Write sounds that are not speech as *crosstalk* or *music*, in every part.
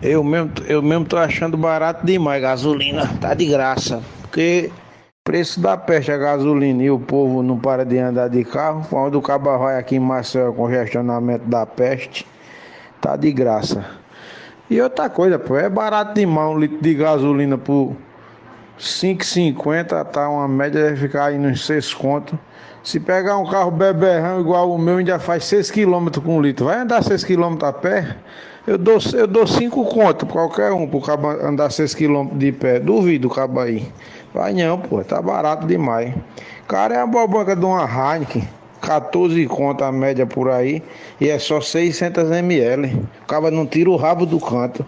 Eu mesmo, eu mesmo tô achando barato demais gasolina, tá de graça. Porque preço da peste a gasolina e o povo não para de andar de carro. Quando o caba vai aqui em Maceió, congestionamento da peste, tá de graça. E outra coisa, pô, é barato demais um litro de gasolina por 5,50, tá uma média deve ficar aí nos 6 contos. Se pegar um carro beberrão igual o meu, ainda faz 6 km com um litro. Vai andar 6 km a pé? Eu dou, eu dou 5 conto pra qualquer um pro cabo andar 6 km de pé. Duvido o cabo aí. Vai não, pô, tá barato demais. Cara, é a bobanca de uma Heineken. 14 conto a média por aí. E é só 600 ml. O cabo não tira o rabo do canto.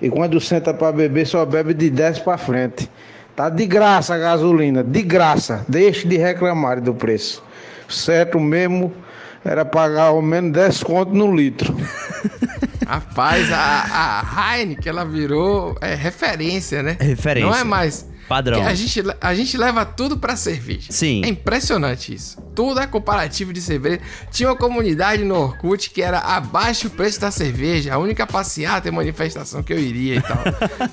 E quando senta pra beber, só bebe de 10 pra frente. Tá de graça a gasolina, de graça. Deixe de reclamar do preço. Certo mesmo era pagar ao menos 10 conto no litro. Rapaz, a, a Heineken, ela virou é, referência, né? É referência. Não é mais. Padrão. A gente, a gente leva tudo pra cerveja. Sim. É impressionante isso. Tudo é comparativo de cerveja. Tinha uma comunidade no Orkut que era abaixo o preço da cerveja. A única passeata e manifestação que eu iria e *laughs* tal.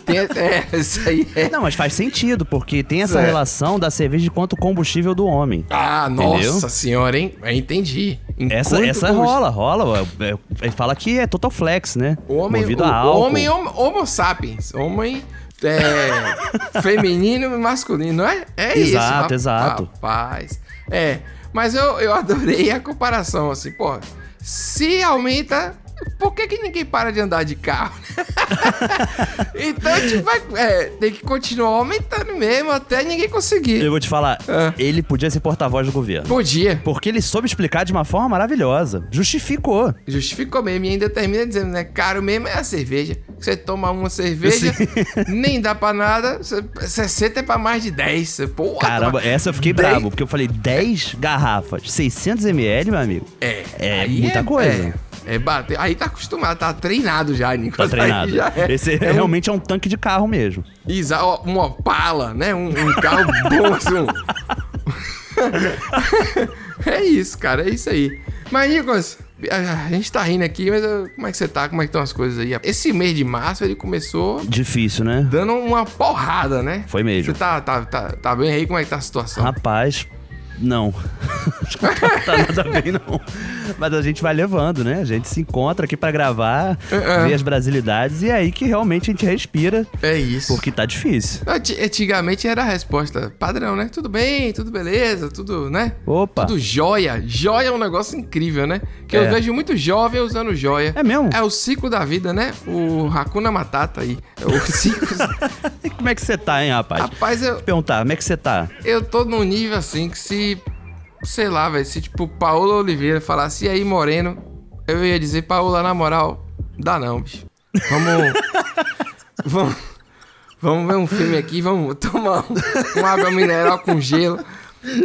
Tem, é, isso aí é. Não, mas faz sentido, porque tem essa É. relação da cerveja quanto combustível do homem. Ah, Entendeu? nossa senhora, hein? Eu entendi. Essa, Enquanto essa o- rola, rola. ué. É, Ele fala que é total flex, né? O homem, Movido o, a álcool. homem homo, homo sapiens. Homem *laughs* é, feminino e masculino, não é? É isso. Exato, rap- exato. Rapaz. É. Mas eu, eu adorei a comparação, assim, pô. Se aumenta, por que, que ninguém para de andar de carro? *laughs* então, tipo, vai, é, tem que continuar aumentando mesmo até ninguém conseguir. Eu vou te falar, É. ele podia ser porta-voz do governo. Podia. Porque ele soube explicar de uma forma maravilhosa. Justificou. Justificou mesmo e ainda termina dizendo, né? Caro mesmo é a cerveja. Você toma uma cerveja, *laughs* nem dá pra nada, cê- 60 é pra mais de 10. Cê, Porra, Caramba, é- toma- essa eu fiquei Dez- brabo, porque eu falei 10 garrafas, 600ml, meu amigo. É, É aí muita coisa. É, é bater. Aí tá acostumado, tá treinado *laughs* já, Tá Nicolas. treinado. Aí já é, Esse é um- realmente é um tanque de carro mesmo. Isa, ó, um Opala, né? Um, um carro bom, assim. um- *laughs* é isso, cara, é isso aí. Mas, Nicolas, a a gente tá rindo aqui, mas ó, como é que você tá? Como é que estão as coisas aí? Esse mês de março ele começou Difícil, né? dando uma porrada, né? Foi mesmo. Você tá, tá, tá, tá bem aí? Como é que tá a situação? Rapaz, não. *laughs* Acho que não tá nada bem, não. Mas a gente vai levando, né? A gente se encontra aqui pra gravar, É, é. ver as brasilidades, e é aí que realmente a gente respira, É isso. porque tá difícil. Anti- Antigamente era a resposta padrão, né? Tudo bem, tudo beleza, tudo, né? Opa. Tudo jóia. Jóia é um negócio incrível, né? Que É. eu vejo muito jovem usando jóia. É mesmo? É o ciclo da vida, né? O Hakuna Matata aí. É o ciclo. *laughs* *laughs* E como é que você tá, hein, rapaz? Deixa Rapaz, eu, eu te perguntar, como é que você tá? eu tô num nível assim que se. Sei lá, velho. Se tipo Paulo Oliveira falasse, e aí, Moreno, eu ia dizer, Paola, na moral, dá não, bicho. Vamos. *laughs* vamos. Vamos ver um filme aqui, vamos tomar um- uma água mineral com gelo.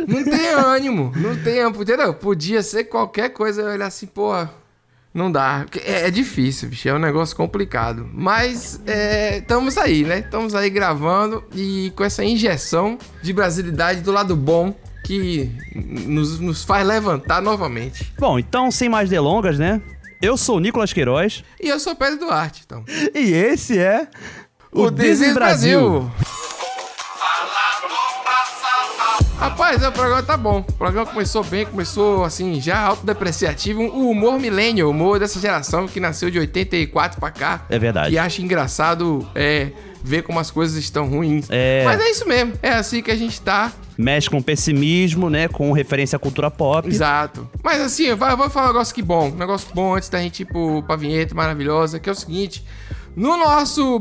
Não tem ânimo, não tem ânimo. Entendeu? Podia ser qualquer coisa, eu olhar assim, porra, não dá. Porque É, é difícil, bicho, é um negócio complicado. Mas é, estamos aí, né? Estamos aí gravando e com essa injeção de brasilidade do lado bom que nos, nos faz levantar novamente. Bom, então, sem mais delongas, né? Eu sou o Nicolas Queiroz E eu sou Pedro Duarte, então. e esse é O Desis Brasil. Rapaz, o programa tá bom. O programa começou bem, começou assim, já autodepreciativo. O humor milênio, o humor dessa geração que nasceu de 84 pra cá. É verdade. E acha engraçado é, ver como as coisas estão ruins. É. Mas é isso mesmo. É assim que a gente tá. Mexe com pessimismo, né? Com referência à cultura pop. Exato. Mas assim, eu vou eu vou falar um negócio que bom. Um negócio bom antes da gente ir pro, pra vinheta maravilhosa, que é o seguinte. No nosso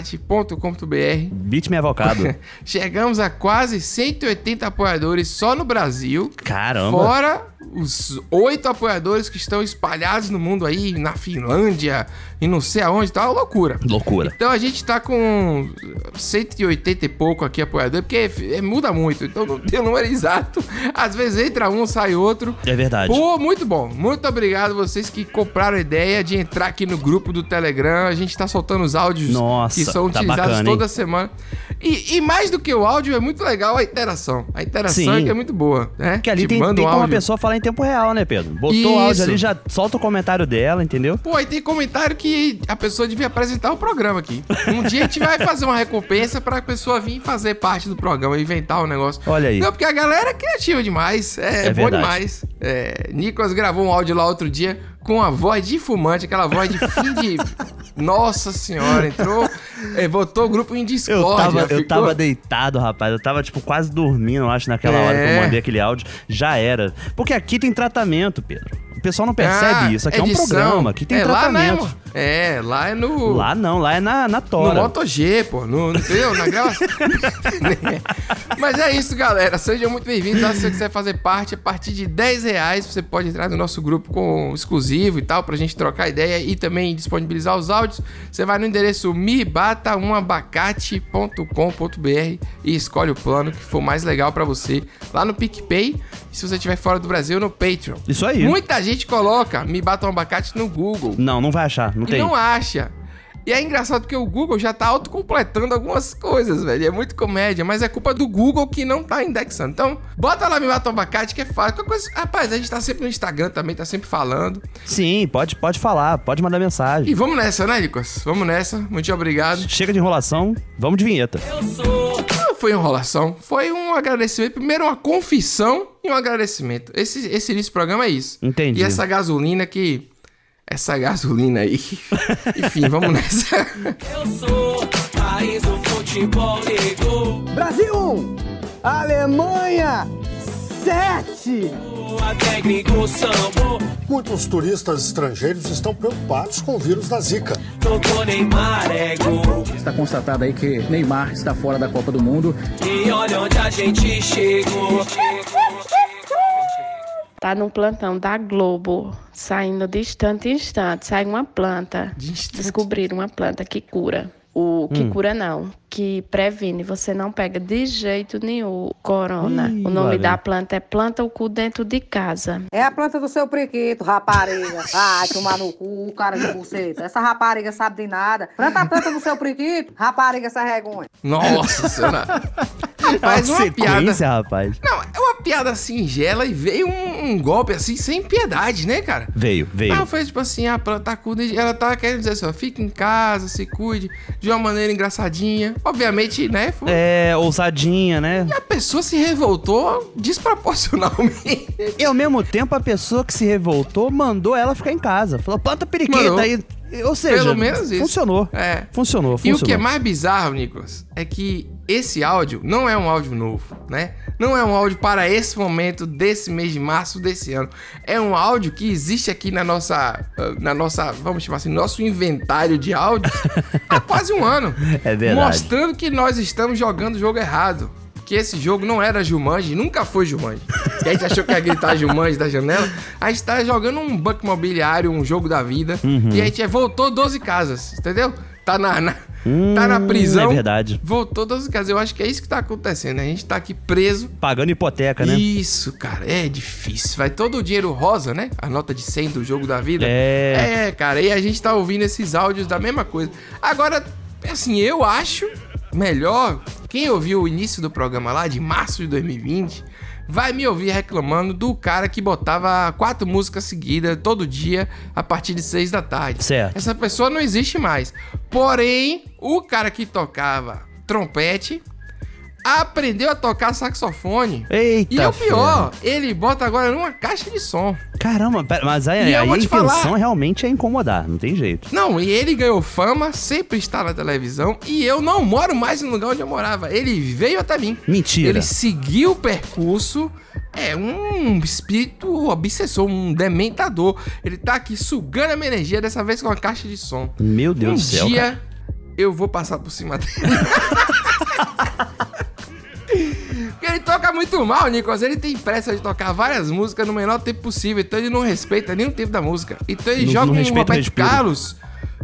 mebataumabacate.com.br Beat me avocado. *laughs* Chegamos a quase 180 apoiadores só no Brasil. Caramba. Fora os oito apoiadores que estão espalhados no mundo aí, na Finlândia e não sei aonde, tá uma loucura. Loucura. Então a gente tá com 180 e pouco aqui apoiador, porque é, muda muito, então não tem o número exato. Às vezes entra um, sai outro. É verdade. Pô, muito bom. Muito obrigado vocês que compraram a ideia de entrar aqui no grupo do Telegram, a gente tá soltando os áudios Nossa, que são tá utilizados bacana, hein? toda semana. E, e mais do que o áudio, é muito legal a interação. A interação Sim. é que é muito boa, né? Porque ali Te tem, manda tem um como a áudio. pessoa falar em tempo real, né, Pedro? Botou o Isso. áudio ali, já solta o comentário dela, entendeu? Pô, aí tem comentário que a pessoa devia apresentar o programa aqui. Um dia a gente vai fazer uma recompensa pra pessoa vir fazer parte do programa, inventar um negócio. Olha aí. Não, porque a galera é criativa demais. É, É bom verdade. demais. É, Nicolas gravou um áudio lá outro dia com a voz de fumante, aquela voz de fim *laughs* de. Nossa senhora, entrou, é, botou o grupo em Discord. Eu tava, eu tava deitado, rapaz. Eu tava, tipo, quase dormindo, eu acho, naquela hora que É. eu mandei aquele áudio. Já era. Porque aqui tem tratamento, Pedro. O pessoal não percebe isso. Aqui é um programa. Aqui tem Ah, é lá, né, tratamento. amor? É, lá é no. Lá não, lá é na, na No tora. MotoG, pô. No, no, entendeu? Na *laughs* gravação. Mas é isso, galera. Sejam muito bem-vindos. Ah, Se você quiser fazer parte, a partir de 10 reais, você pode entrar no nosso grupo com exclusivo e tal, pra gente trocar ideia e também disponibilizar os áudios. Você vai no endereço mebataumabacate.com.br e escolhe o plano que for mais legal pra você lá no PicPay e se você estiver fora do Brasil, no Patreon. Isso aí. Muita gente coloca Me Bata um Abacate no Google Não, não vai achar. Não e tem. não acha. E é engraçado porque o Google já tá autocompletando algumas coisas, velho. É muito comédia, mas é culpa do Google que não tá indexando. Então, bota lá Me Mata um Abacate que é fácil. Qualquer Coisa... Rapaz, a gente tá sempre no Instagram também, tá sempre falando. Sim, pode, pode falar, pode mandar mensagem. E vamos nessa, né, Nicolas? Vamos nessa. Muito obrigado. Chega de enrolação, vamos de vinheta. Não foi enrolação, foi um agradecimento. Primeiro, uma confissão e um agradecimento. Esse, esse início do programa é isso. Entendi. E essa gasolina que. Essa gasolina aí. *laughs* Enfim, vamos nessa. Eu sou país do futebol ligou. Brasil 1, Alemanha 7. Até gringo sambou. Muitos turistas estrangeiros estão preocupados com o vírus da Zika. Tocou Neymar é gol. Está constatado aí que Neymar está fora da Copa do Mundo. E olha onde a gente chegou. Tá num plantão da Globo, saindo de instante em instante. Sai uma planta. De instante. Hum. Descobriram uma planta que cura. O que cura não, que previne. Você não pega de jeito nenhum o corona. Ih, o nome lá da vem. planta é planta o cu dentro de casa. É a planta do seu priquito, rapariga. Vai tomar no cu, cara de buceta. Essa rapariga sabe de nada. Planta a planta do seu priquito, rapariga, essa regonha. *laughs* Nossa senhora. Rapaz, É uma piada. sequência, rapaz. Não, é uma piada singela e veio um, um golpe assim sem piedade, né, cara? Veio, veio. Ela fez tipo assim, ah, ela tá cu- ela tá querendo dizer assim, ó, fica em casa, se cuide, de uma maneira engraçadinha. Obviamente, né? foi- É, ousadinha, né? A pessoa se revoltou desproporcionalmente. E ao mesmo tempo, a pessoa que se revoltou mandou ela ficar em casa. Falou, planta periquita Mandou. aí. Ou seja, Pelo menos isso. funcionou. É. Funcionou, funcionou. E o que é mais bizarro, Nicolas, é que esse áudio não é um áudio novo, né? Não é um áudio para esse momento desse mês de março desse ano. É um áudio que existe aqui na nossa, ah, na nossa, vamos chamar assim, nosso inventário de *laughs* áudios há quase um ano. É verdade. Mostrando que nós estamos jogando o jogo errado. Que esse jogo não era Jumanji, nunca foi Jumanji. Que a gente achou que ia gritar *laughs* Jumanji da janela. A gente tá jogando um banco imobiliário, um jogo da vida. Uhum. E a gente é- voltou 12 casas, entendeu? Tá na, na- tá na Hum, prisão. é verdade. Voltou 12 casas. Eu acho que é isso que tá acontecendo. né? A gente tá aqui preso. Pagando hipoteca, né? Isso, cara, é difícil. Vai todo o dinheiro rosa, né? A nota de 100 do jogo da vida. É. É, cara, e a gente tá ouvindo esses áudios da mesma coisa. Agora, assim, eu acho melhor. Quem ouviu o início do programa lá, de março de 2020, vai me ouvir reclamando do cara que botava quatro músicas seguidas todo dia a partir de seis da tarde. Certo. Essa pessoa não existe mais. Porém, o cara que tocava trompete aprendeu a tocar saxofone. Eita. E é o ferro. pior, ele bota agora numa caixa de som. Caramba, pera, mas aí, E eu aí vou a te intenção falar- realmente é incomodar, não tem jeito. Não, e ele ganhou fama, sempre está na televisão e eu não moro mais no lugar onde eu morava. Ele veio até mim. Mentira. Ele seguiu o percurso. É um espírito obsessor, um dementador. Ele tá aqui sugando a minha energia, dessa vez com uma caixa de som. Meu Deus um do céu. dia cara. eu vou passar por cima dele. *laughs* Porque ele toca muito mal, Nicolas. Ele tem pressa de tocar várias músicas no menor tempo possível. Então ele não respeita nem o tempo da música. Então ele Não- joga não um respeita o Roberto respiro. Carlos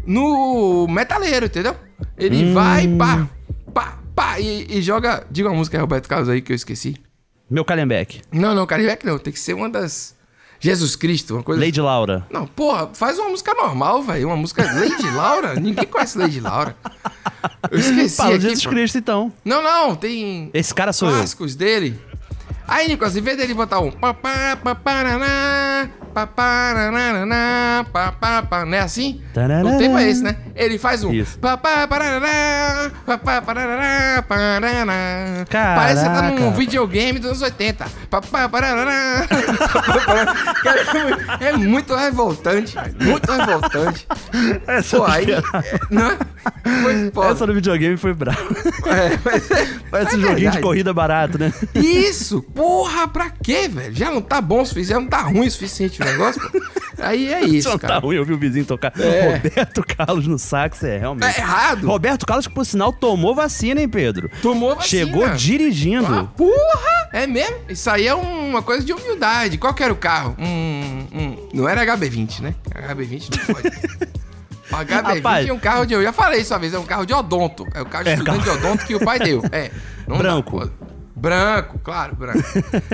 no metaleiro, entendeu? Ele Hum. vai, pá, pá, pá, e, e joga. Diga uma música, Roberto Carlos, aí que eu esqueci. Meu Kalembeck. Não, não, Caribeque não. Tem que ser uma das. Jesus Cristo, uma coisa. Lady Laura. Não, porra, faz uma música normal, velho. Uma música Lady Laura? Ninguém conhece Lady Laura. Eu esqueci Fala aqui, de Jesus pô. Cristo, então. Não, não, tem Esse cara sou eu. clássicos dele. Aí, Nicolas, em vez dele botar um pá, pá, pá, paraná, pá, paranaraná, pá, pá, pá, não é assim? Tarará. O tempo é esse, né? Ele faz um Isso. pá, pá, paraná, pá, pá, parará, paraná. Caraca. Parece que tá num videogame dos anos 80. Pá, pá, parará, pá, pá, parará. Cara, *laughs* é muito revoltante, velho, muito revoltante. *laughs* Essa, Pô, aí, é, não é? Foi foda. essa no videogame foi brava. *laughs* É, mas é- Parece é um joguinho de verdade. corrida barato, né? Isso! Porra, pra quê, velho? Já não tá bom o suficiente, já não tá ruim o suficiente o negócio, pô. Aí *laughs* é Só isso, tá cara. É. ruim ouvir o vizinho tocar. Roberto Carlos no sax é realmente. Tá errado. Roberto Carlos, que por sinal, tomou vacina, hein, Pedro? Tomou vacina. Chegou Ah, dirigindo. porra! É mesmo? Isso aí é uma coisa de humildade. Qual que era o carro? Um, um- não era HB20, né? HB20 não *laughs* pode. O HB20 Rapaz. é um carro de. Eu já falei isso uma vez, é um carro de odonto. É o carro de É, estudante de odonto que o pai deu. É. não dá, Branco. pô. branco, claro, branco.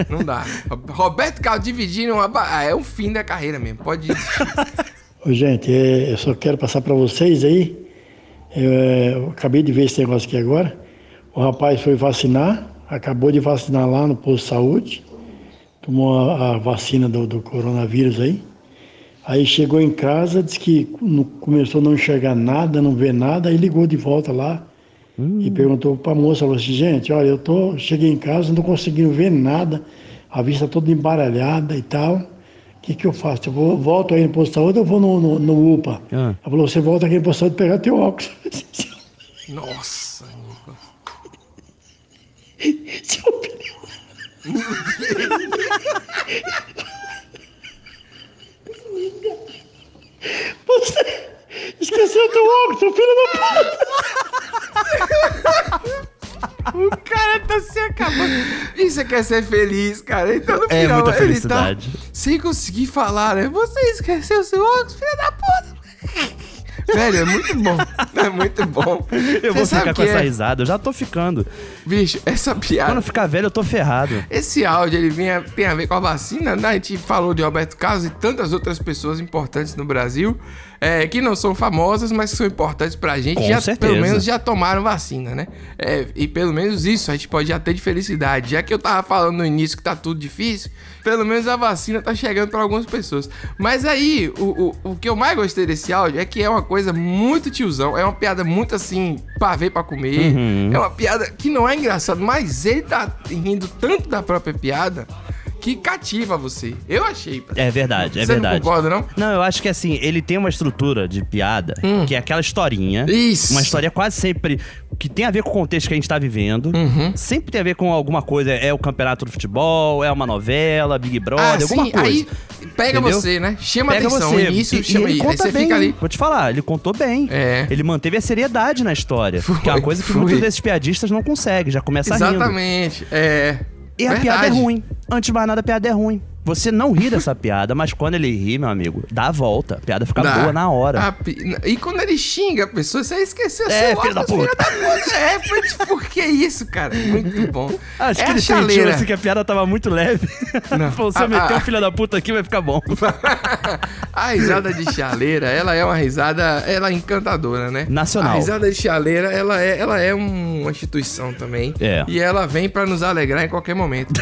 Não *laughs* dá. Roberto Carlos dividindo uma. ba- ah, É o fim da carreira mesmo. Pode *laughs* ir. Ô, Gente, é, eu só quero passar para vocês aí. Eu, é, eu acabei de ver esse negócio aqui agora. O rapaz foi vacinar, acabou de vacinar lá no posto de saúde, tomou a, a vacina do, do coronavírus aí. Aí chegou em casa, disse que não- começou a não enxergar nada, não ver nada, aí ligou de volta lá e perguntou para a moça, falou assim, gente, olha, eu tô, cheguei em casa, não tô conseguindo ver nada, a vista toda embaralhada e tal. O que, que eu faço? Eu vou, volto aí no posto de saúde ou vou no, no, no UPA? Ah. Ela falou, você volta aqui no posto de saúde pegar teu óculos. Nossa, Nicolas. Seu Você esqueceu teu óculos, seu filho da puta! O cara tá se acabando. E você quer ser feliz, cara? Então no É final muita ele felicidade. tá sem conseguir falar, né? Você esqueceu seu óculos, filha da puta. Velho, é muito bom. É muito bom. *laughs* Você Eu vou sabe ficar o com que essa é? risada, eu já tô ficando. Bicho, essa piada. Quando eu ficar velho, eu tô ferrado. Esse áudio ele vinha, tem a ver com a vacina, né? A gente falou de Roberto Carlos e tantas outras pessoas importantes no Brasil, é, que não são famosas, mas que são importantes pra gente. Com já, certeza. Pelo menos já tomaram vacina, né? É, e pelo menos isso a gente pode já ter de felicidade. Já que eu tava falando no início que tá tudo difícil, pelo menos a vacina tá chegando pra algumas pessoas. Mas aí, o, o, o que eu mais gostei desse áudio é que é uma coisa muito tiozão, é uma piada muito assim, pavê pra comer. Uhum. É uma piada que não é engraçada, mas ele tá rindo tanto da própria piada que cativa você. Eu achei. É verdade, é Você verdade. não concorda, não? Hum. Não, eu acho que assim, ele tem uma estrutura de piada, que é aquela historinha. Isso. Uma história quase sempre que tem a ver com o contexto que a gente tá vivendo. Uhum. Sempre tem a ver com alguma coisa. É o campeonato do futebol, é uma novela, Big Brother, alguma coisa. Ah, Aí pega entendeu? você, né? Chama Pega atenção. você. O início e, chama e ele aí. Aí conta você bem. fica ali. Vou te falar, ele contou bem. É. Ele manteve a seriedade na história. que é uma coisa que foi. muitos desses piadistas não conseguem, já começa rindo. Exatamente. É. Tá E a Verdade. piada é ruim. Antes de mais nada, a piada é ruim. Você não ri dessa *laughs* piada, mas quando ele ri, meu amigo, dá a volta. A piada fica Dá. Ah, boa na hora. A pi- E quando ele xinga a pessoa, você esqueceu É, seu filho da óculos, puta. filho da puta. É, foi tipo, *laughs* por que isso, cara? Muito bom. Ah, Acho é que a ele sentiu chaleira. assim que a piada tava muito leve. *laughs* Não. Falou, se Ah, eu meter ah, um filho da puta aqui, vai *laughs* ficar bom. a risada de chaleira, ela é uma risada, ela é encantadora, né? Nacional. A risada de chaleira, ela é, ela é um- uma instituição também. É. E ela vem pra nos alegrar em qualquer *laughs* momento.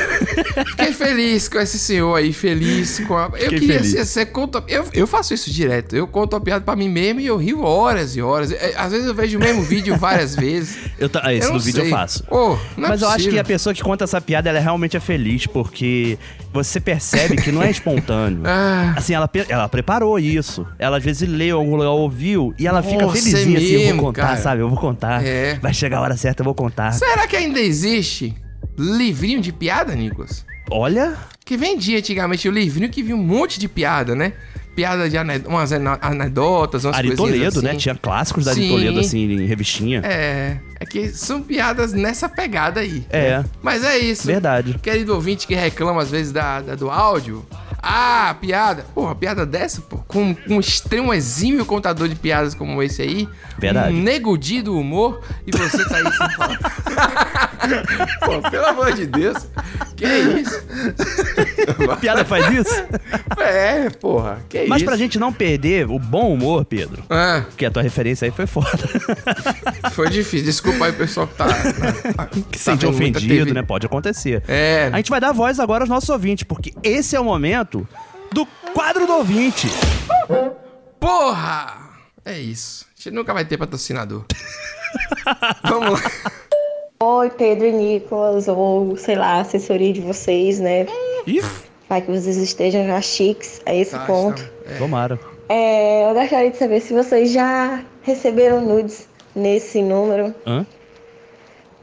Fiquei feliz com esse senhor aí, feliz com a... Eu Fiquei queria feliz. ser... ser conta... eu, eu faço isso direto. Eu conto a piada pra mim mesmo e eu rio horas e horas. É, Às vezes eu vejo o mesmo vídeo *laughs* várias vezes. Eu ta- ah, esse Eu do não vídeo eu sei. faço. Ô, não é Mas eu acho possível. que a pessoa que conta essa piada, ela realmente é feliz, porque você percebe que não é espontâneo. *laughs* Ah. Assim, ela, pe- ela preparou isso. Ela às vezes leu em algum lugar, ouviu, e ela fica Nossa, é felizinha assim, eu mesmo, vou contar, cara. sabe? Eu vou contar. É. Vai chegar a hora certa, eu vou contar. Será que ainda existe livrinho de piada, Nicolas? Olha, que vendia antigamente o livrinho que vinha um monte de piada, né? Piada de ane- umas ane- anedotas, umas Ari coisas Toledo, assim. né? Tinha clássicos da Ari Sim. Toledo, assim, em revistinha. É, é que são piadas nessa pegada aí. É. Mas é isso. *laughs* Verdade. Querido ouvinte que reclama às vezes da, da- do áudio. Ah, piada. Porra, piada dessa, pô. Com, com um extremo exímio contador de piadas como esse aí. Verdade. Um nego Di do humor. E você tá aí sem falar. *laughs* Pô, pelo amor de Deus. Que isso? Piada faz isso? *laughs* É, porra. Que Mas isso? pra gente não perder o bom humor, Pedro, Ah, que a tua referência aí foi foda. *laughs* foi difícil. Desculpa aí, pessoal que tá. que se Tá sentiu vendo muita ofendido, TV. né? Pode acontecer. É. A gente vai dar voz agora aos nossos ouvintes, porque esse é o momento do quadro do ouvinte. Porra! É isso. A gente nunca vai ter *laughs* patrocinador. Vamos lá. Oi, Pedro e Nicolas, ou sei lá, a assessoria de vocês, né? Ih, Vai que vocês estejam já chiques a esse Ah, Tá, ponto. Tomara. É, eu gostaria de saber se vocês já receberam nudes nesse número. Hã?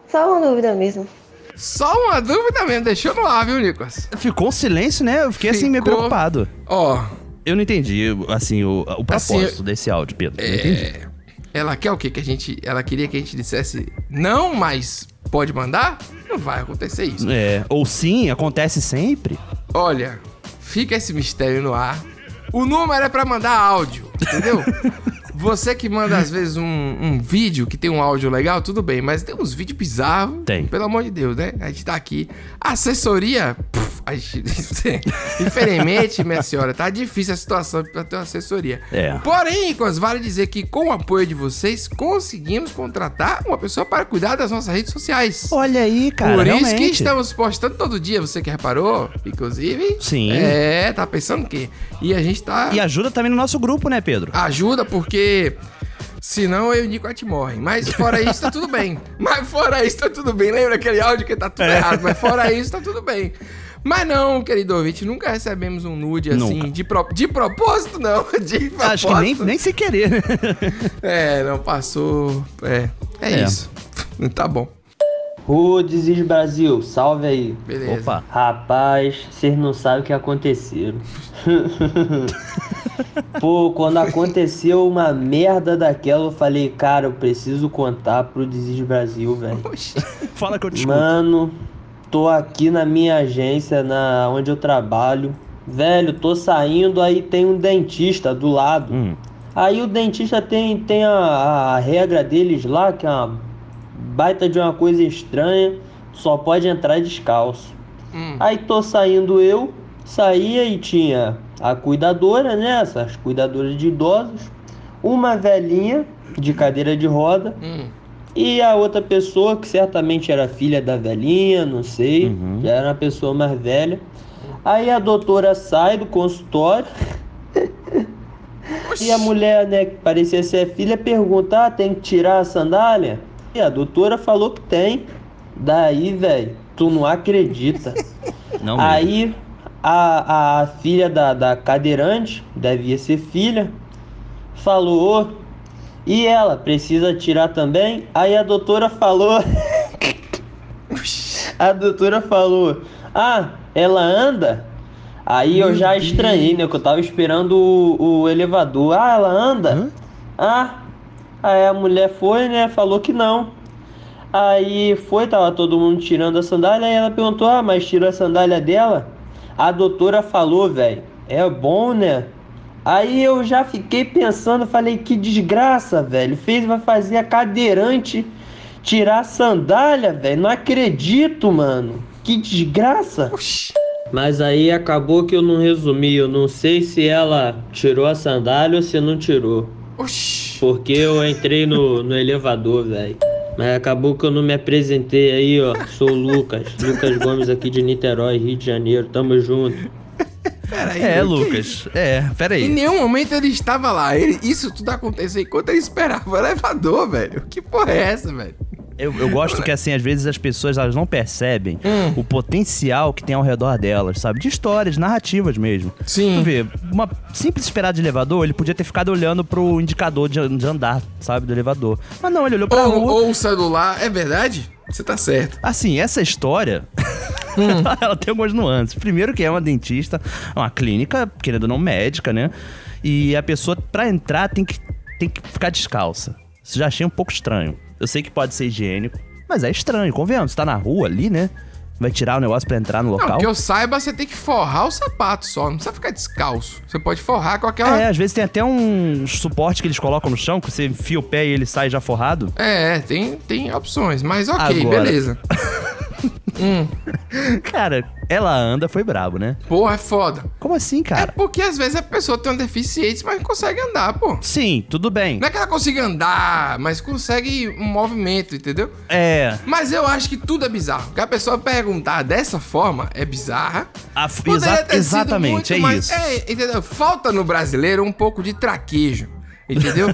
Só uma dúvida mesmo. Só uma dúvida mesmo, deixou no ar, viu, Nicolas? Ficou um silêncio, né? Eu fiquei assim meio Ficou. preocupado. Ó. Eu não entendi, assim, o, o propósito desse áudio, Pedro. Não é. entendi. Ela quer o quê? Que a gente. Ela queria que a gente dissesse não, mas pode mandar? Não vai acontecer isso. É, ou sim, acontece sempre. Olha, fica esse mistério no ar. O número é pra mandar áudio, entendeu? Você que manda, às vezes, um, um vídeo que tem um áudio legal, tudo bem, mas tem uns vídeos bizarros. Tem. Pelo amor de Deus, né? A gente tá aqui. Assessoria. puf, a gente, infelizmente, minha senhora, tá difícil a situação pra ter uma assessoria. É. Porém, Nicolas, vale dizer que com o apoio de vocês, conseguimos contratar uma pessoa para cuidar das nossas redes sociais. Olha aí, cara, Por isso que tá- realmente. estamos postando todo dia, você que reparou, inclusive. Sim. É, tá pensando o quê? E a gente tá. E ajuda também no nosso grupo, né, Pedro? Ajuda porque. Senão eu e o Nico a gente morrem. Mas fora isso, tá tudo *laughs* bem. Mas fora isso, tá tudo bem. Lembra aquele áudio que tá tudo É. errado? Mas fora isso, tá tudo bem. Mas não, querido ouvinte, nunca recebemos um nude Nunca. assim, de, pro- de propósito, não. *laughs* De propósito. Acho que nem, nem sem querer, né? É, não passou. É, é, É. isso. *laughs* tá bom. Rudes e Brasil, salve aí. Beleza. Opa. Rapaz, vocês não sabem o que aconteceu. Pô, quando aconteceu uma merda daquela, eu falei, cara, eu preciso contar pro Desige Brasil, velho. Fala que eu te escuto. Mano, tô aqui na minha agência, na onde eu trabalho. Velho, tô saindo, aí tem um dentista do lado. Hum, Aí o dentista tem, tem a, a regra deles lá, que é uma baita de uma coisa estranha, só pode entrar descalço. Aí tô saindo eu, saía e tinha a cuidadora, né? Essas cuidadoras de idosos, uma velhinha de cadeira de roda e a outra pessoa, que certamente era filha da velhinha, não sei, já era uma pessoa mais velha. Aí a doutora sai do consultório. *laughs* e a mulher, né, que parecia ser a filha, pergunta: ah, tem que tirar a sandália? E a doutora falou que tem. Daí, velho, tu não acredita. Não mesmo. Aí a, a filha da, da cadeirante, devia ser filha, falou: "Ô, e ela precisa tirar também? Aí a doutora falou. *laughs* a doutora falou: Ah, ela anda? Aí eu já estranhei, né? Que eu tava esperando o, o elevador. Ah, ela anda? Ah, aí a mulher foi, né? Falou que não. Aí foi, tava todo mundo tirando a sandália. Aí ela perguntou: Ah, mas tirou a sandália dela? A doutora falou, velho. É bom, né? Aí eu já fiquei pensando, falei: Que desgraça, velho. Fez, vai fazer a cadeirante tirar a sandália, velho. Não acredito, mano. Que desgraça. Mas aí acabou que eu não resumi. Eu não sei se ela tirou a sandália ou se não tirou. Porque eu entrei no, no elevador, velho. Mas É, acabou que eu não me apresentei aí, ó. Sou o Lucas. Lucas Gomes aqui de Niterói, Rio de Janeiro. Tamo junto. é, Lucas. É, peraí. Em nenhum momento ele estava lá. Ele- isso tudo aconteceu enquanto ele esperava o elevador, velho. Que porra é essa, velho? Eu, eu gosto que, assim, às vezes as pessoas elas não percebem o potencial que tem ao redor delas, sabe? De histórias, narrativas mesmo. Sim. Tu vê, uma simples esperada de elevador, ele podia ter ficado olhando pro indicador de, de andar, sabe? Do elevador. Mas não, ele olhou pra Ou, rua. ou o celular, é verdade? Você tá certo. Assim, essa história. *laughs* ela tem algumas nuances. Primeiro que é uma dentista, é uma clínica, querendo ou não, médica, né? E a pessoa, pra entrar, tem que, tem que ficar descalça. Isso já achei um pouco estranho. Eu sei que pode ser higiênico, mas é estranho, convenhamos. Você tá na rua ali, né? Vai tirar o negócio pra entrar no Não, local? que eu saiba, você tem que forrar o sapato só. Não precisa ficar descalço. Você pode forrar com aquela. É, às vezes tem até um suporte que eles colocam no chão, que você enfia o pé e ele sai *laughs* já forrado. É, tem, tem opções, mas ok, Agora. beleza. Cara, ela anda, foi brabo, né? Porra, é foda. Como assim, cara? É porque às vezes a pessoa tem uma deficiência, mas consegue andar, pô. Sim, tudo bem. Não é que ela consiga andar, mas consegue um movimento, entendeu? É. Mas eu acho que tudo é bizarro. Que a pessoa perguntar dessa forma é bizarra. A, Poderia exa- ter sido exatamente, muito é mais- isso. É, entendeu? Falta no brasileiro um pouco de traquejo. *laughs* Entendeu?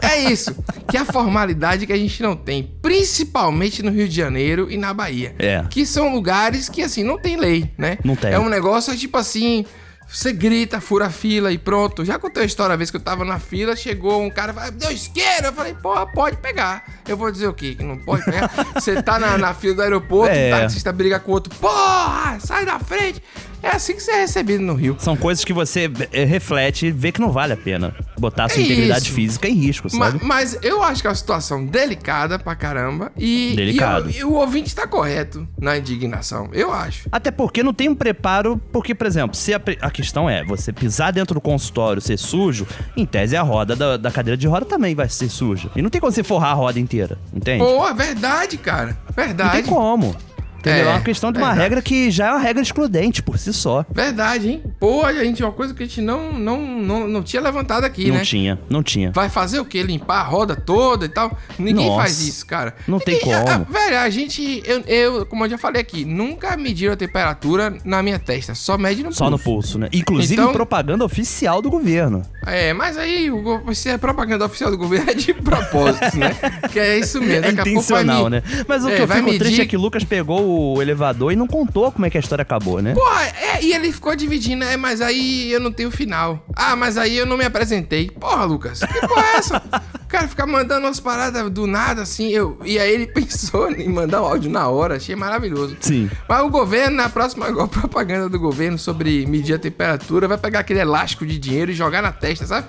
é isso. Que é a formalidade que a gente não tem. Principalmente no Rio de Janeiro e na Bahia. É. Que são lugares que, assim, não tem lei, né? Não tem. É um negócio, é tipo assim... Você grita, fura a fila e pronto. Já contei a história uma vez que eu tava na fila, chegou um cara e falou, deu isqueiro. Eu falei, porra, pode pegar. Eu vou dizer o quê? Que não pode pegar? *laughs* Você tá na, na fila do aeroporto, É. o taxista briga com o outro, porra, sai da frente. É assim que você é recebido no Rio. São coisas que você eh, reflete e vê que não vale a pena botar a sua É integridade isso. física em risco, Ma- sabe? Mas, eu acho que é uma situação delicada pra caramba e, Delicado. e eu- e o ouvinte tá correto na indignação, eu acho. Até porque não tem um preparo, porque, por exemplo, se a, pre- a questão é você pisar dentro do consultório ser sujo, em tese a roda da, da cadeira de roda também vai ser suja. E não tem como você forrar a roda inteira, entende? Boa, é verdade, cara. Verdade. não tem como. Entendeu? É, uma questão de uma verdade. regra que já é uma regra excludente por si só. Verdade, hein? Pô, a gente, uma coisa que a gente não, não, não, não tinha levantado aqui, não né? tinha, não tinha. Vai fazer o quê? Limpar a roda toda e tal? Ninguém Nossa. faz isso, cara. Não tem Ninguém- a- a- como. velho, a gente. Eu, eu, como eu já falei aqui, nunca mediram a temperatura na minha testa. Só mede no Só no pulso, né? Inclusive Então- em propaganda oficial do governo. É, mas aí o go- se é propaganda oficial do governo *laughs* é de propósito, *laughs* né? Que é isso mesmo. É daqui a pouco vai intencional, me- né? Mas o É, que eu vai fico medir- triste é que o Lucas pegou o elevador e não contou como é que a história acabou, né? Porra, é, e ele ficou dividindo, é, mas aí eu não tenho final. Ah, mas aí eu não me apresentei. Porra, Lucas, que porra é essa? O cara fica mandando umas paradas do nada, assim, eu... E aí ele *laughs* pensou em mandar o áudio na hora, achei maravilhoso. Sim. Mas o governo, na próxima igual, propaganda do governo sobre medir a temperatura, vai pegar aquele elástico de dinheiro e jogar na testa, sabe?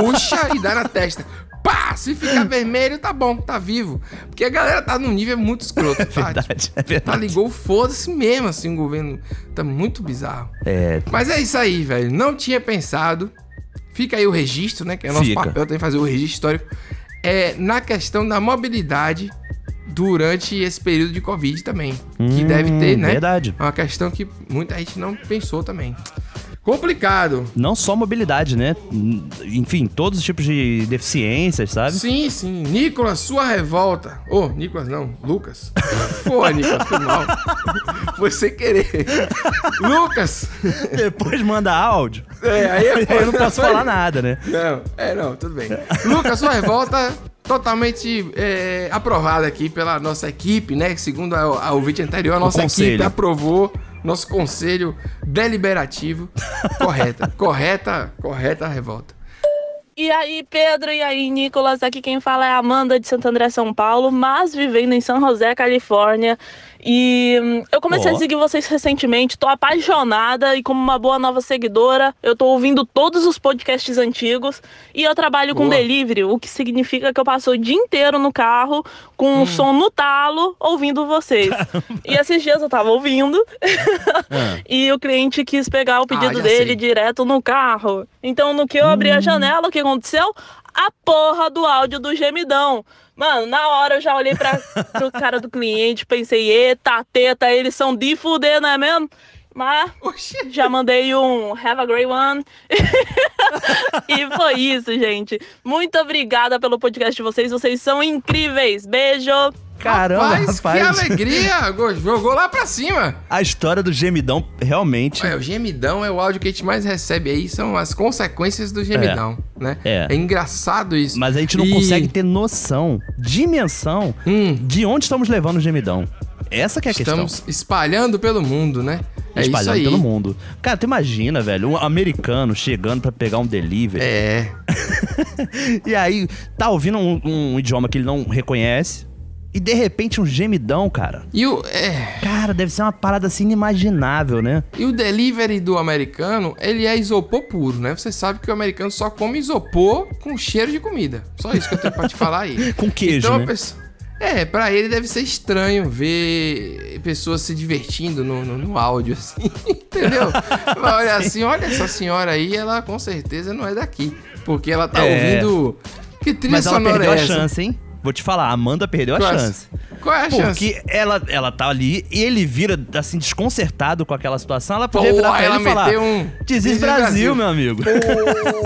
Puxa e dá na testa. Pá! Se ficar vermelho, tá bom, tá vivo. Porque a galera tá num nível muito *laughs* escroto, tá? Verdade, é Tá verdade. ligou, foda-se mesmo, assim, o governo tá muito bizarro. É. Mas é isso aí, velho. Não tinha pensado. Fica aí o registro, né? Que é o nosso Fica. papel, tem que fazer o registro histórico. É, na questão da mobilidade durante esse período de Covid também. que Hum, deve ter, né? verdade. É uma questão que muita gente não pensou também. Complicado. Não só mobilidade, né? Enfim, todos os tipos de deficiências, sabe? Sim, sim. Nicolas, sua revolta. Ô, Nicolas não, Lucas. *laughs* Pô, Nicolas, foi mal. *laughs* Foi sem querer. Lucas! Depois manda áudio. É, aí é *laughs* eu não posso foda. falar nada, né? Não, é não, tudo bem. Lucas, sua revolta totalmente é, aprovada aqui pela nossa equipe, né? Segundo a, a ouvinte anterior, a O nossa equipe conselho. aprovou nosso conselho deliberativo. Correta, *laughs* correta, correta a revolta. E aí, Pedro, e aí, Nicolas? Aqui quem fala é a Amanda de Santo André, São Paulo, mas vivendo em São José, Califórnia. E hum, eu comecei Ó. a seguir vocês recentemente, tô apaixonada e como uma boa nova seguidora, eu tô ouvindo todos os podcasts antigos e eu trabalho com Boa. delivery, o que significa que eu passo o dia inteiro no carro com Hum. o som no talo ouvindo vocês. E esses dias eu tava ouvindo e o cliente quis pegar o pedido já dele sei. direto no carro. Então, no que eu abri a janela, o que aconteceu? A porra do áudio do gemidão. Mano, na hora eu já olhei pra, pro cara do cliente, pensei, eita, teta, eles são de fuder, não é mesmo? Mas já mandei um Have a Great One. *laughs* e foi isso, gente. Muito obrigada pelo podcast de vocês. Vocês são incríveis. Beijo. Caramba, Mas rapaz. que alegria! go- Jogou lá pra cima. A história do gemidão, realmente. É, o gemidão é o áudio que a gente mais recebe aí, são as consequências do gemidão, né? É. É engraçado isso. Mas a gente não E- Hum, consegue ter noção, dimensão, de onde estamos levando o gemidão. Essa que é a questão. Estamos espalhando pelo mundo, né? É isso espalhado aí. pelo mundo. Cara, tu imagina, velho, um americano chegando pra pegar um delivery. É. e aí, tá ouvindo um, um idioma que ele não reconhece. E de repente um gemidão, cara. E o. É. Cara, deve ser uma parada assim inimaginável, né? E o delivery do americano, ele é isopor puro, né? Você sabe que o americano só come isopor com cheiro de comida. Só isso que eu tenho pra te falar aí. *laughs* Com queijo, então, a né? pessoa- É, pra ele deve ser estranho ver pessoas se divertindo no, no, no áudio, *laughs* assim, *laughs* entendeu? Vai olhar assim, olha essa senhora aí, ela com certeza não é daqui. Porque ela tá É. ouvindo. Que trilha Mas ela sonora perdeu é a essa? chance, hein? Vou te falar, a Amanda perdeu a Qual é a- chance. qual é a chance? Porque ela, ela tá ali e ele vira, assim, desconcertado com aquela situação. Ela podia Porra, virar pra ela ele e falar, meteu um... Diz This is Brasil, Brasil." é meu amigo.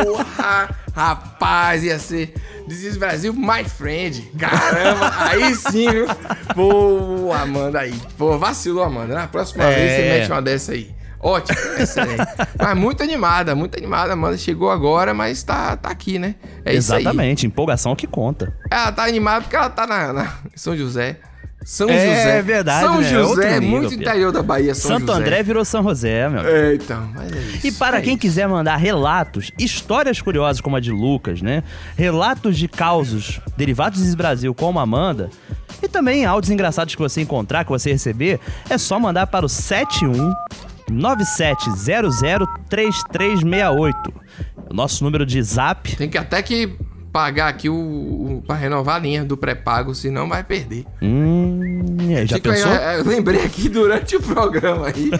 Porra, rapaz, ia ser This is Brasil, my friend. Caramba, aí sim, viu? Pô, Amanda aí. Pô, vacilou, Amanda. Na próxima É. vez você mete uma dessa aí. Ótimo, excelente. mas muito animada, muito animada. Amanda chegou agora, mas tá, tá aqui, né? É isso aí. Exatamente, empolgação é o que conta. Ela tá animada porque ela tá na, na- em São José. São É, José. é verdade, São né? É outro José, nível, muito Pedro. interior da Bahia, São Santo José. André virou São José, meu amigo. É, então, mas é E para é quem quiser mandar relatos, histórias curiosas como a de Lucas, né? Relatos de causos derivados desse Brasil como a Amanda, e também áudios engraçados que você encontrar, que você receber, é só mandar para o 71 97003368. O nosso número de zap. Tem que até que pagar aqui o, o para renovar a linha do pré-pago, senão vai perder. Hum, e aí, já Fica aí, é, pensou? eu, eu lembrei aqui durante o programa *laughs* aí.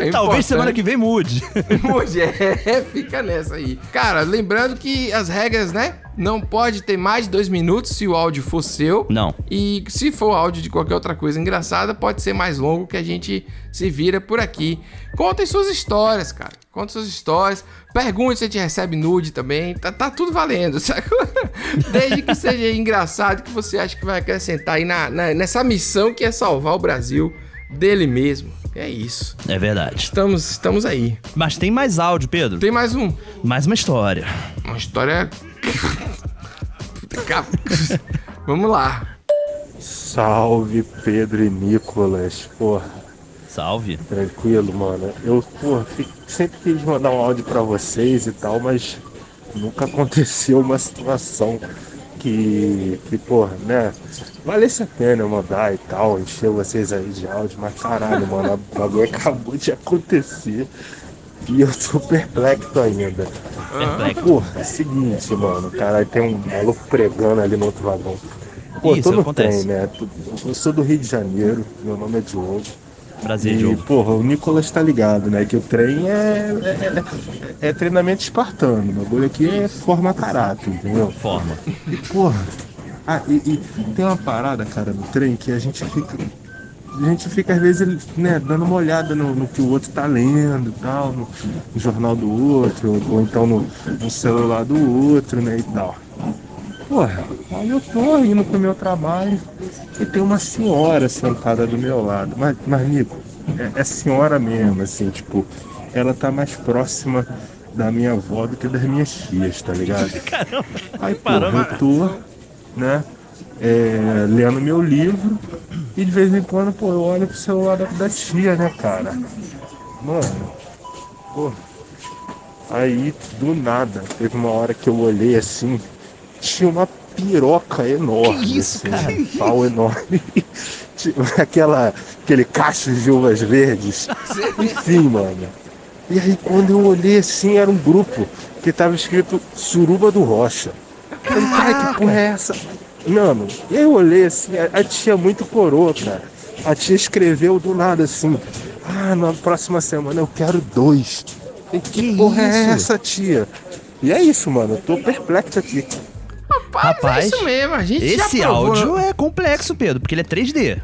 é Talvez semana que vem mude. *laughs* *laughs* Mude, é, fica nessa aí. Cara, lembrando que as regras, né? Não pode ter mais de dois minutos se o áudio for seu. Não. E se for áudio de qualquer outra coisa engraçada, pode ser mais longo que a gente se vira por aqui. Contem suas histórias, cara. Contem suas histórias. Pergunte se a gente recebe nude também. Tá, tá tudo valendo, *laughs* sacou? Desde que seja engraçado, que você acha que vai acrescentar aí na- na- nessa missão que é salvar o Brasil dele mesmo. É isso. É verdade. Estamos, estamos aí. Mas tem mais áudio, Pedro. Tem mais um. Mais uma história. Uma história. *laughs* Vamos lá. Salve Pedro e Nicolas, porra. Salve. Tranquilo, mano. Eu, porra, fi- sempre quis mandar um áudio pra vocês e tal, mas nunca *laughs* aconteceu uma situação que, que porra, né? Valesse a pena eu mandar e tal, encher vocês aí de áudio, mas caralho, mano, o bagulho *laughs* acabou de acontecer e eu tô perplexo ainda. Perplexo. Porra, é o seguinte, mano, caralho, tem um maluco pregando ali no outro vagão. Pô, Isso, todo acontece. tem, né? Tu- Eu sou do Rio de Janeiro, meu nome é Diogo. Prazer, e, Diogo. Porra, o Nicolas tá ligado, né? Que o trem é, é, é treinamento espartano. O bagulho aqui é forma caráter, entendeu? Forma. E, porra. Ah, e, e tem uma parada, cara, no trem que a gente fica. A gente fica, às vezes, né, dando uma olhada no, no que o outro tá lendo e tal, no, no jornal do outro, ou, então no, no celular do outro, né, e tal. Porra, aí eu tô indo pro meu trabalho e tem uma senhora sentada do meu lado. Mas, mas Nico, é, é senhora mesmo, assim, tipo, ela tá mais próxima da minha avó do que das minhas tias, tá ligado? Caramba, Aí, porra, eu tô, né, é, lendo meu livro e de vez em quando, pô, eu olho pro celular da, da tia, né, cara? Mano, pô. Aí, do nada, teve uma hora que eu olhei assim, tinha uma piroca enorme. Que isso, assim, cara? Um pau enorme. *laughs* Tinha Aquela, aquele cacho de uvas verdes. Enfim, mano. E aí, quando eu olhei assim, era um grupo que tava escrito Suruba do Rocha. Eu falei, cara, que porra é essa? Mano, e aí eu olhei assim, a, a tia é muito coroa, cara. A tia escreveu do nada assim: Ah, na próxima semana eu quero dois. E que, porra é isso? essa, tia? E é isso, mano, eu tô perplexo aqui. Rapaz, é isso mesmo, a gente já Esse provou, áudio né? é complexo, Pedro, porque ele é 3D.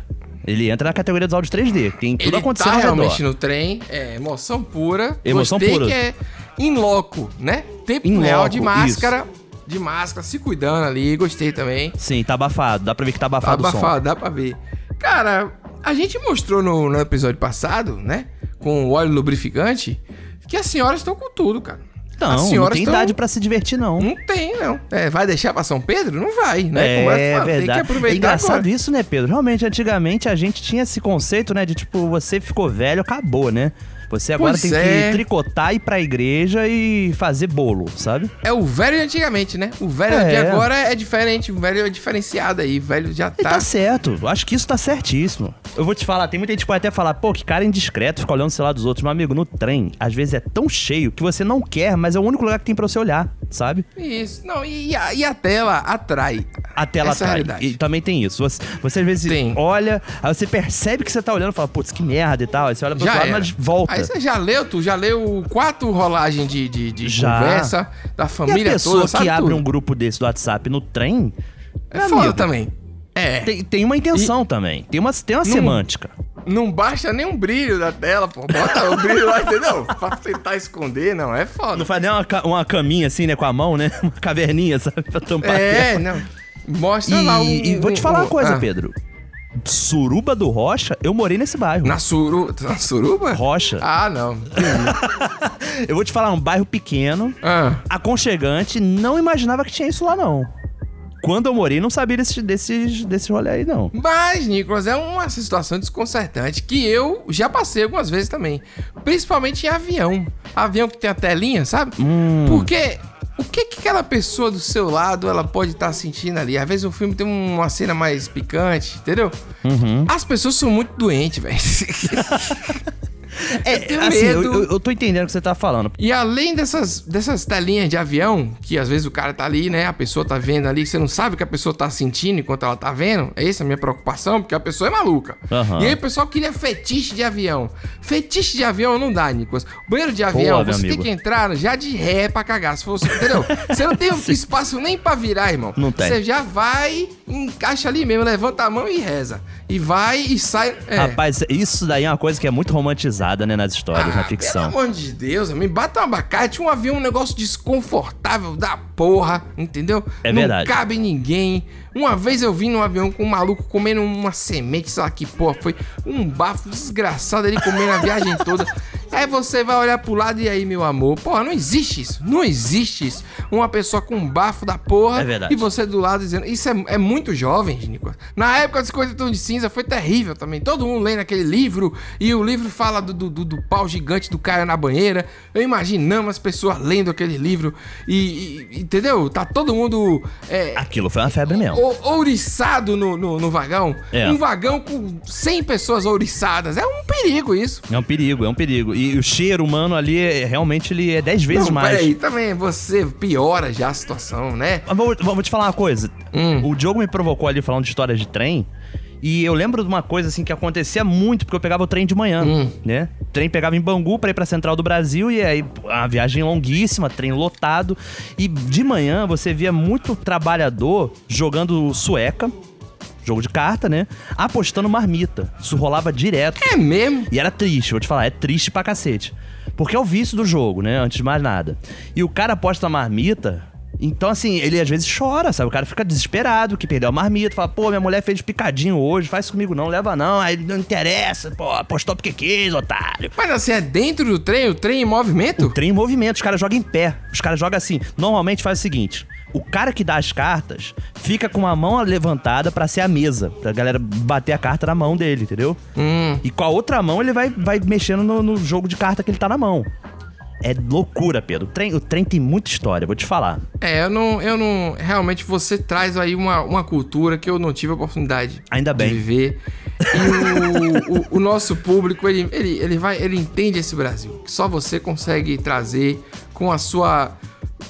Ele entra na categoria dos áudios 3D. Tem tudo Ele acontecendo tá ao redor. realmente no trem, é emoção pura. Emoção Gostei pura. que é in loco, né? Tempo In real loco, de máscara, de máscara, se cuidando ali, gostei também. Sim, tá abafado. Dá pra ver que tá Tá abafado o som. abafado, dá pra ver. Cara, a gente mostrou no, no episódio passado, né? Com o óleo lubrificante, que as senhoras estão com tudo, cara. Não, as não senhoras tem tão- idade pra se divertir, não. Não tem, não. É, vai deixar pra São Pedro? Não vai, né? Como eu É falo, Tem que verdade. aproveitar É engraçado agora. isso, né, Pedro? Realmente, antigamente a gente tinha esse conceito, né, de tipo, você ficou velho, acabou, né? Você agora Pois tem é. que tricotar, ir pra igreja e fazer bolo, sabe? É o velho de antigamente, né? O velho É. de agora é diferente, o velho é diferenciado aí, o velho já E tá. tá certo, eu acho que isso tá certíssimo. Eu vou te falar, tem muita gente que pode até falar, pô, que cara indiscreto, fica olhando o celular dos outros. Meu amigo, no trem, às vezes é tão cheio que você não quer, mas é o único lugar que tem pra você olhar. sabe? Isso. Não, e a, e a tela atrai. A tela Essa é a atrai. Então, realidade. E também tem isso. Você, você às vezes olha, aí você percebe que você tá olhando e fala, putz, que merda e tal. Aí você olha pro Já outro lado, era. mas volta. Aí você já leu, tu já leu quatro rolagens de, de, de Já. conversa da família e a pessoa toda, sabe que abre tudo. um grupo desse do WhatsApp no trem... É meu foda amigo, também. É. Tem, tem uma intenção também. Tem uma, tem uma Não- semântica. Não basta nem um brilho da tela, pô. Bota o brilho lá, entendeu? Pra tentar esconder, não. É foda. Não faz nem uma, ca- uma caminha assim, né, com a mão, né? *laughs* Uma caverninha, sabe? Pra tampar a É, tela. não. Mostra e, lá o. E vou te o- falar o- uma coisa, ah. Pedro. Suruba do Rocha, eu morei nesse bairro. Na, suru... na Suruba? Rocha. Ah, não. eu vou te falar, um bairro pequeno, Ah. aconchegante, não imaginava que tinha isso lá, não. Quando eu morei, não sabia desses, desses, desses rolê aí, não. Mas, Nicolas, é uma situação desconcertante que eu já passei algumas vezes também. Principalmente em avião. Avião que tem a telinha, sabe? Hum. Porque o que, que aquela pessoa do seu lado ela pode estar sentindo ali? Às vezes o filme tem uma cena mais picante, entendeu? Uhum. As pessoas são muito doentes, *laughs* velho. É, tenho assim, eu, medo. eu, eu tô entendendo o que você tá falando. E além dessas, dessas telinhas de avião, que às vezes o cara tá ali, né? A pessoa tá vendo ali, você não sabe o que a pessoa tá sentindo enquanto ela tá vendo. Essa é a minha preocupação, porque a pessoa é maluca. Aham. E aí o pessoal queria fetiche de avião. Fetiche de avião não dá, Nicolas. Banheiro de Boa, avião, meu você tem amigo. que entrar já de ré pra cagar. Se fosse, entendeu? Você não *laughs* tem um espaço nem pra virar, irmão. Não tem. Você já vai, encaixa ali mesmo, levanta a mão e reza. E vai e sai. É. Rapaz, isso daí é uma coisa que é muito romantizada, né, nas histórias, na Ah, Pelo ficção. amor de Deus, me bata um abacate, um avião é um negócio desconfortável da porra, entendeu? É não verdade. cabe em ninguém. Uma vez eu vim num avião com um maluco comendo uma semente, sei lá que porra, foi um bafo desgraçado ele comendo a viagem *laughs* toda. Aí você vai olhar pro lado e aí, meu amor, porra, não existe isso, não existe isso. Uma pessoa com um bafo da porra É verdade. e você do lado dizendo, isso é, é muito jovem, Nicolas. Na época dos 50 tons de cinza foi terrível também. Todo mundo lendo aquele livro e o livro fala do, do, do- do pau gigante do cara na banheira. Eu imaginava as pessoas lendo aquele livro e, e- entendeu? Tá todo mundo é, Aquilo foi uma febre mesmo. ou- ouriçado no, no, no vagão. É. Um vagão com 100 pessoas ouriçadas. É um perigo isso. É um perigo, é um perigo. E o cheiro humano ali, é- realmente, ele é dez vezes Não, mais. Peraí, também você piora já a situação, né? Mas Vou, vou- vou te falar uma coisa. O Diogo me provocou ali falando de história de trem. E eu lembro de uma coisa assim que acontecia muito, porque eu pegava o trem de manhã, né? O trem pegava em Bangu pra ir pra Central do Brasil, e aí pô, a viagem longuíssima, trem lotado. E de manhã você via muito trabalhador jogando sueca, jogo de carta, né? Apostando marmita. Isso rolava direto. É mesmo? E era triste, vou te falar, é triste pra cacete. Porque é o vício do jogo, né? Antes de mais nada. E o cara aposta na marmita. Então, assim, ele às vezes chora, sabe? O cara fica desesperado que perdeu a marmita, fala, pô, minha mulher fez picadinho hoje, faz isso comigo não, leva não, aí não interessa, pô, apostou porque quis, otário. Mas assim, é dentro do trem, o trem em movimento? O trem em movimento, os caras jogam em pé. Os caras jogam assim. Normalmente faz o seguinte: o cara que dá as cartas fica com a mão levantada pra ser a mesa, pra galera bater a carta na mão dele, entendeu? Hum. E com a outra mão ele vai, vai mexendo no, no jogo de carta que ele tá na mão. É loucura, Pedro. O trem, o trem tem muita história, vou te falar. *laughs* É, eu não, eu não. Realmente você traz aí uma, uma cultura que eu não tive a oportunidade Ainda bem. de viver. E o, o- o nosso público, ele, ele, ele vai, ele entende esse Brasil. Que só você consegue trazer com a sua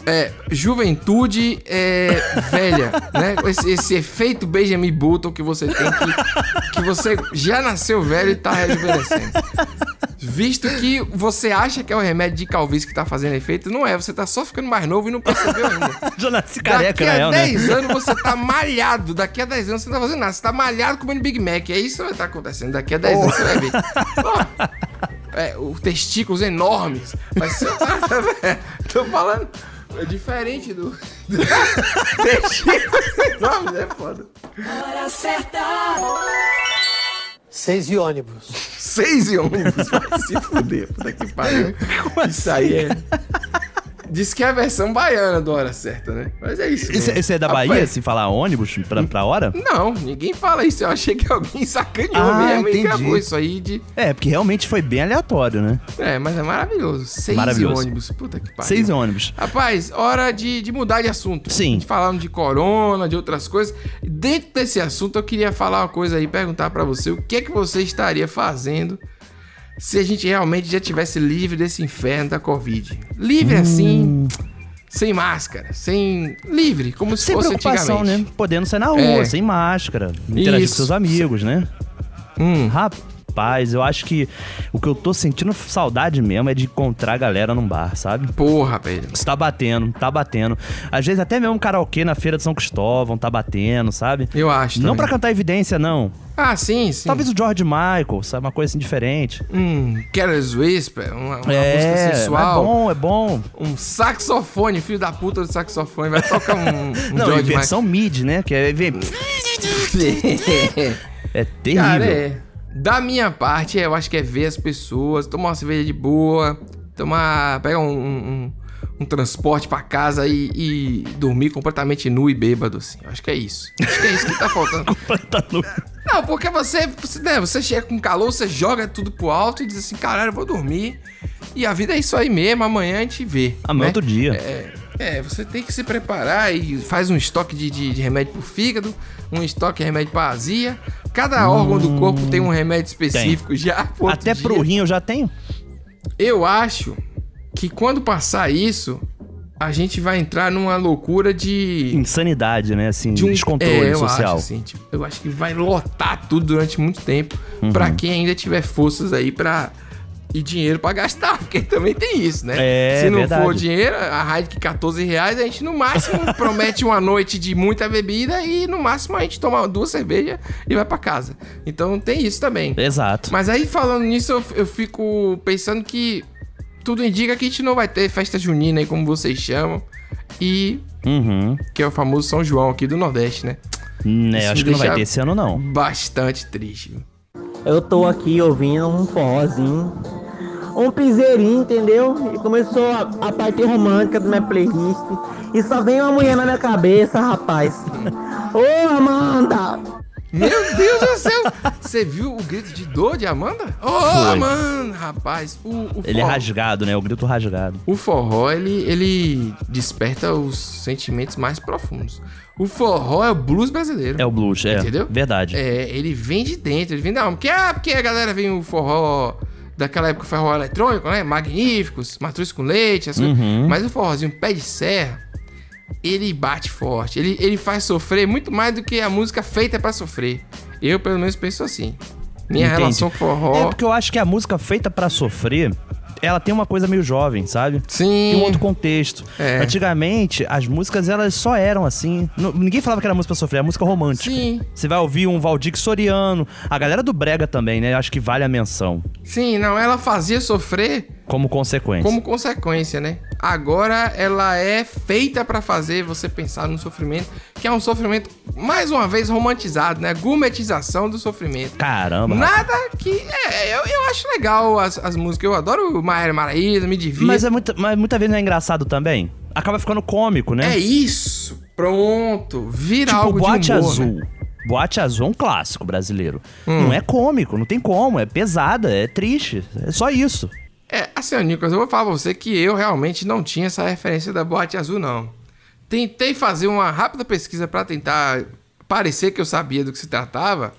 é, juventude é, velha, né? Com Esse, esse efeito Benjamin Button que você tem, que, que você já nasceu velho e tá rejuvenescendo. Visto que você acha que é o remédio de calvície que tá fazendo efeito, não é. Você tá só ficando mais novo e não percebeu ainda. Já nasci Daqui careca, a na real, né? 10 anos *laughs* você tá malhado. Daqui a 10 anos você não tá fazendo nada. Você tá malhado comendo Big Mac. É isso que vai estar acontecendo. Daqui a 10 Oh. anos você vai ver. Ó, é, os testículos enormes. Mas você tá. *laughs* Tô falando. É diferente do. do testículos enormes, é foda. Hora certa. Seis e ônibus. Seis e ônibus? Vai se fuder, puta que pariu. Isso assim, aí é. Diz que é a versão baiana do Hora Certa, né? Mas é isso. Isso, mesmo. isso é da Rapaz, Bahia, se falar ônibus pra, pra hora? Não, ninguém fala isso. Eu achei que alguém sacaneou Ah, mesmo e entendi. acabou isso aí de. É, porque realmente foi bem aleatório, né? É, mas é maravilhoso. Seis Maravilhoso. e ônibus. Puta que pariu. Seis ônibus. Rapaz, hora de, de mudar de assunto. Sim. Falando de corona, de outras coisas. Dentro desse assunto, eu queria falar uma coisa aí, perguntar pra você o que é que você estaria fazendo Hum. se a gente realmente já tivesse livre desse inferno da Covid. Livre assim, Sem máscara, sem. livre, como se Sem fosse preocupação, antigamente. né? Podendo sair na rua, É. sem máscara, interagir Isso. Hum. com seus amigos, né? Rapaz, eu acho que o que eu tô sentindo saudade mesmo é de encontrar a galera num bar, sabe? Porra, velho. Isso tá batendo, tá batendo. Às vezes até mesmo karaokê na feira de São Cristóvão tá batendo, sabe? Eu acho. Não também. pra cantar evidência, não. Ah, sim, sim. Talvez o George Michael, sabe? Uma coisa assim diferente. Hum, Careless Whisper, uma, uma É, música mas sensual. é bom, é bom. Um saxofone, filho da puta do saxofone, vai tocar um, um *laughs* não, George e versão mid, né? *laughs* Que é... vem- Michael. é terrível. Cara, é. Da minha parte, eu acho que é ver as pessoas, tomar uma cerveja de boa, tomar. pegar um, um- um transporte pra casa e, e dormir completamente nu e bêbado, assim. Eu acho que é isso. Acho que é isso que tá *laughs* faltando. Não, porque você, você, né, você chega com calor, você joga tudo pro alto e diz assim, caralho, eu vou dormir. E a vida é isso aí mesmo, amanhã a gente vê. né? Amanhã é outro dia. É, é, você tem que se preparar e faz um estoque de, de- de remédio pro fígado, um estoque de remédio pra azia. Cada órgão do corpo tem um remédio específico já. pro outro Até pro dia. rim eu já tenho. Eu acho que quando passar isso, a gente vai entrar numa loucura de... Insanidade, né? Assim, de um descontrole é, eu social. Acho, assim, tipo, eu acho que vai lotar tudo durante muito tempo Uhum. pra quem ainda tiver forças aí pra e dinheiro pra gastar, *laughs* porque também tem isso, né? É, Se não verdade. for dinheiro, a Heineken R$ 14 reais, a gente no máximo *laughs* promete uma noite de muita bebida e no máximo a gente toma duas cervejas e vai pra casa. Então tem isso também. Exato. Mas aí falando nisso, eu, eu fico pensando que tudo indica que a gente não vai ter festa junina aí, como vocês chamam. E Uhum. que é o famoso São João aqui do Nordeste, né? Né, Isso acho me que não vai deixa ter esse ano, não. Bastante triste. Eu tô aqui ouvindo um forrozinho, um piseirinho, entendeu? E começou a, a parte romântica do minha playlist. E só vem uma mulher na minha cabeça, rapaz. Ô, Amanda! Meu Deus do céu! Você viu o grito de dor de Amanda? Ô, Foi. Amanda, rapaz! O, o Ele é forró- rasgado, né? O grito rasgado. O forró, ele, ele desperta os sentimentos mais profundos. O forró é o blues brasileiro. É o blues, é. Entendeu? Verdade. É, ele vem de dentro, ele vem da alma. Porque, ah, porque a galera vem o forró daquela época, o forró eletrônico, né? Magníficos, matruz com leite, essas coisas. Uhum. Mas o forrozinho pé de serra, ele bate forte. Ele, ele faz sofrer muito mais do que a música feita pra sofrer. Eu, pelo menos, penso assim. Minha Entende? relação com o forró... É porque eu acho que a música feita pra sofrer, ela tem uma coisa meio jovem, sabe? Sim. É. Tem um outro contexto. Antigamente, as músicas elas só eram assim. Nu- Ninguém falava que era música pra sofrer, era música romântica. Sim. Você vai ouvir um Valdir Soriano, a galera do Brega também, né? Acho que vale a menção. Sim, não, ela fazia sofrer Como consequência. como consequência, né? Agora ela é feita pra fazer você pensar no sofrimento, que é um sofrimento mais uma vez romantizado, né? Gourmetização do sofrimento. Caramba. rapaz. Nada que é, eu, eu acho legal as, as músicas. Eu adoro o Maera Maraíza, me divirto. Mas, é muita, mas muita vez não é engraçado também. Acaba ficando cômico, né? É isso. Pronto, vira tipo, algo Boate de humor, Azul. né? Boate Azul é um clássico brasileiro. Hum. Não é cômico, não tem como. É pesada, é triste. É só isso. É, assim, ó, Nicolas, eu vou falar pra você que eu realmente não tinha essa referência da Boate Azul, não. Tentei fazer uma rápida pesquisa pra tentar parecer que eu sabia do que se tratava,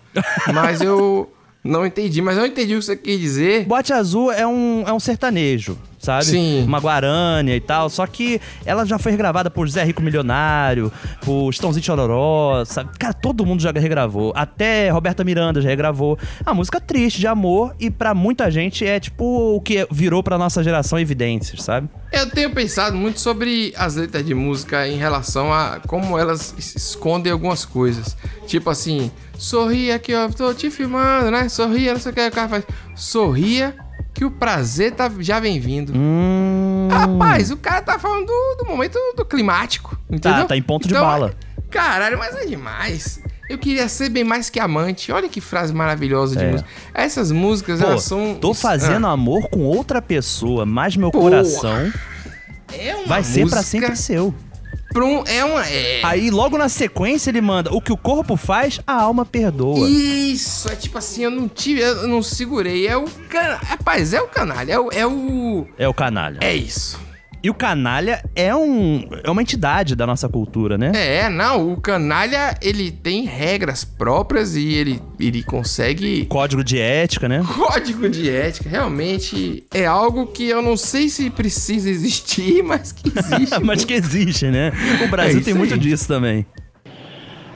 mas eu não entendi. Mas eu entendi o que você quis dizer. Boate Azul é um, é um sertanejo, sabe? Sim. Uma guarânia e tal. Só que ela já foi regravada por Zé Rico Milionário, por Estãozinho Chororó, sabe? Cara, todo mundo já regravou. Até Roberta Miranda já regravou. A música triste, de amor, e pra muita gente é tipo o que virou pra nossa geração evidências, sabe? Eu tenho pensado muito sobre as letras de música em relação a como elas es- escondem algumas coisas. Tipo assim, sorria que eu tô te filmando, né? Sorria, não sei o que, o cara faz. Sorria que o prazer tá, já vem vindo. Hum. Rapaz, o cara tá falando do, do momento do climático, entendeu? Tá, tá em ponto de Então, bala. Caralho, mas é demais. Eu queria ser bem mais que amante. Olha que frase maravilhosa de É. música. Essas músicas, Pô, elas são... tô fazendo Ah, amor com outra pessoa, mas meu Porra. coração é uma vai ser pra música sempre seu. pra um- é uma... é- Aí logo na sequência ele manda: o que o corpo faz, a alma perdoa. Isso, é tipo assim, eu não tive, eu não segurei. É o canalha. Rapaz, é o canalha. É o. É, o- É o canalha. é isso. E o canalha é um é uma entidade da nossa cultura, né? É, não, o canalha, ele tem regras próprias e ele, ele consegue... *laughs* Código de ética, né? Código de ética, realmente é algo que eu não sei se precisa existir, *laughs* mas que existe. *laughs* mas que existe, né? O Brasil É tem isso muito aí. disso também.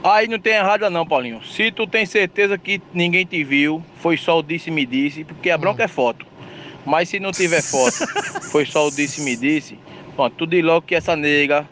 Aí não tem errada não, Paulinho. Se tu tem certeza que ninguém te viu, foi só o disse-me disse, porque a bronca é foto. Mas se não tiver foto, foi só o disse-me disse, pronto, tu diz logo que essa nega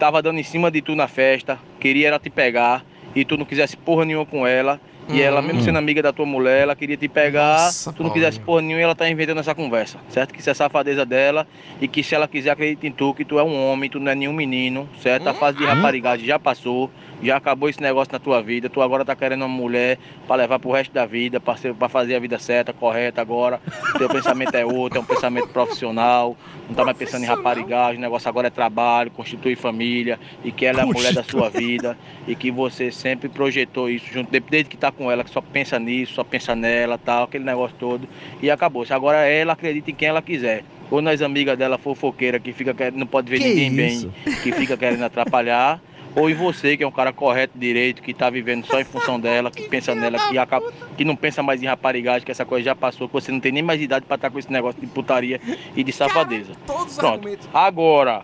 tava dando em cima de tu na festa, queria era te pegar, e tu não quisesse porra nenhuma com ela, e Hum. ela, mesmo sendo amiga da tua mulher, ela queria te pegar, Nossa, tu não quisesse Paulinho. porra nenhuma e ela tá inventando essa conversa, certo? Que isso é safadeza dela, e que se ela quiser acredita em tu, que tu é um homem, tu não é nenhum menino, certo? A fase de Uhum. raparigagem já passou, já acabou esse negócio na tua vida, tu agora tá querendo uma mulher pra levar pro resto da vida, pra, ser- pra fazer a vida certa, correta agora, o teu *laughs* pensamento é outro, é um pensamento profissional, não tá mais pensando em raparigagem, o negócio agora é trabalho, constituir família, e que ela é a mulher da sua vida, e que você sempre projetou isso junto, de- desde que tá com ela, que só pensa nisso, só pensa nela, tal, aquele negócio todo, e acabou. Se agora ela acredita em quem ela quiser. Ou nas amigas dela fofoqueira que fica querendo, não pode ver Que ninguém isso? É um bem, que fica querendo atrapalhar. Ou em você, que é um cara correto, direito, que tá vivendo só em função dela, que pensa nela, que, acaba, que não pensa mais em raparigagem, que essa coisa já passou, que você não tem nem mais idade pra estar com esse negócio de putaria e de safadeza. todos os Pronto. Agora,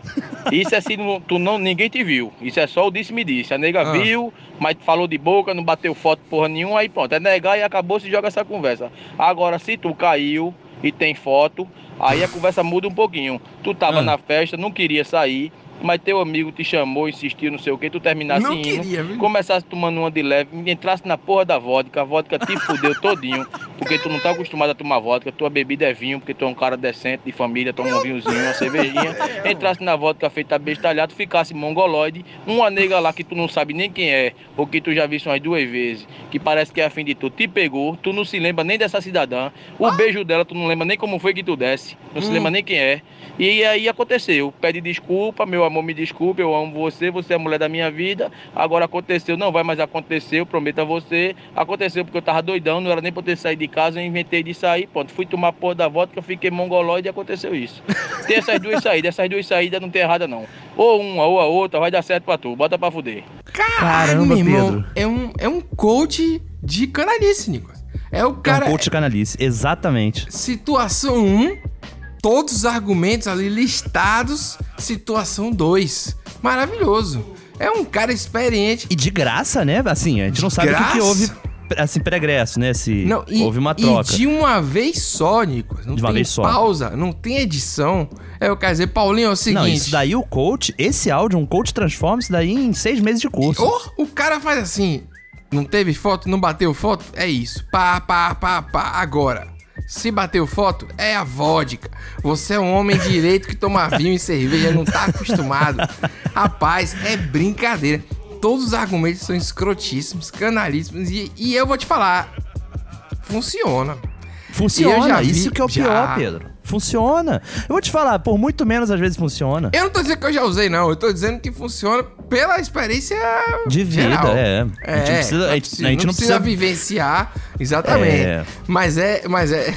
isso é se não- tu não, ninguém te viu. Isso é só o disse-me disse. A nega Ah. viu, mas falou de boca, não bateu foto porra nenhuma, aí pronto. É negar e acabou, se joga essa conversa. Agora, se tu caiu e tem foto, aí a conversa muda um pouquinho. Tu tava na festa, não queria sair. Mas teu amigo te chamou, insistiu, não sei o que, tu terminasse Não indo, queria, viu? começasse tomando uma de leve, entrasse na porra da vodka, a vodka te fudeu todinho, porque tu não tá acostumado a tomar vodka, tua bebida é vinho, porque tu é um cara decente, de família, toma um vinhozinho, uma cervejinha, entrasse na vodka feita bestalhado, ficasse mongoloide, uma nega lá que tu não sabe nem quem é, ou que tu já viste umas duas vezes, que parece que é afim de tu, te pegou, tu não se lembra nem dessa cidadã, o beijo dela tu não lembra nem como foi que tu desce, não se Hum. lembra nem quem é, e aí aconteceu, pede desculpa, meu amor, me desculpe, eu amo você, você é a mulher da minha vida. Agora aconteceu, não vai mais acontecer, eu prometo a você. Aconteceu porque eu tava doidão, não era nem pra eu ter saído de casa, eu inventei de sair, pronto. Fui tomar porra da vodka, fiquei mongoloide e aconteceu isso. Tem essas duas saídas, essas duas saídas não tem errada não. Ou uma ou a outra, vai dar certo pra tu, bota pra fuder. Caramba, meu irmão, Pedro. É um, é um coach de canalice, Nicolas. É o É um cara. coach canalice, exatamente. Situação 1, todos os argumentos ali listados. Situação 2, maravilhoso. É um cara experiente. E de graça, né? Assim, a gente não sabe o que, que graça? houve assim, pregresso, né? Se Não, e, houve uma e troca. de uma vez só, Nicolas. Não De uma tem vez só. pausa, não tem edição. É o cara dizer, Paulinho, é o seguinte. Não, isso daí o coach, esse áudio, um coach transforma isso daí em seis meses de curso. Oh, o cara faz assim. Não teve foto? Não bateu foto? É isso. Pá, pá, pá, pá. Agora. Se bateu foto, é a vodka. Você é um homem direito que toma vinho e cerveja, não tá acostumado. Rapaz, é brincadeira. Todos os argumentos são escrotíssimos, canalíssimos. E, e eu vou te falar, funciona. E eu Funciona, já vi- isso que é o já. pior, Pedro. Funciona. Eu vou te falar, por muito menos às vezes funciona. Eu não tô dizendo que eu já usei, não. Eu tô dizendo que funciona pela experiência De vida, geral. é. A gente não precisa- a gente- a gente não precisa- vivenciar, exatamente. É. Mas é, mas é,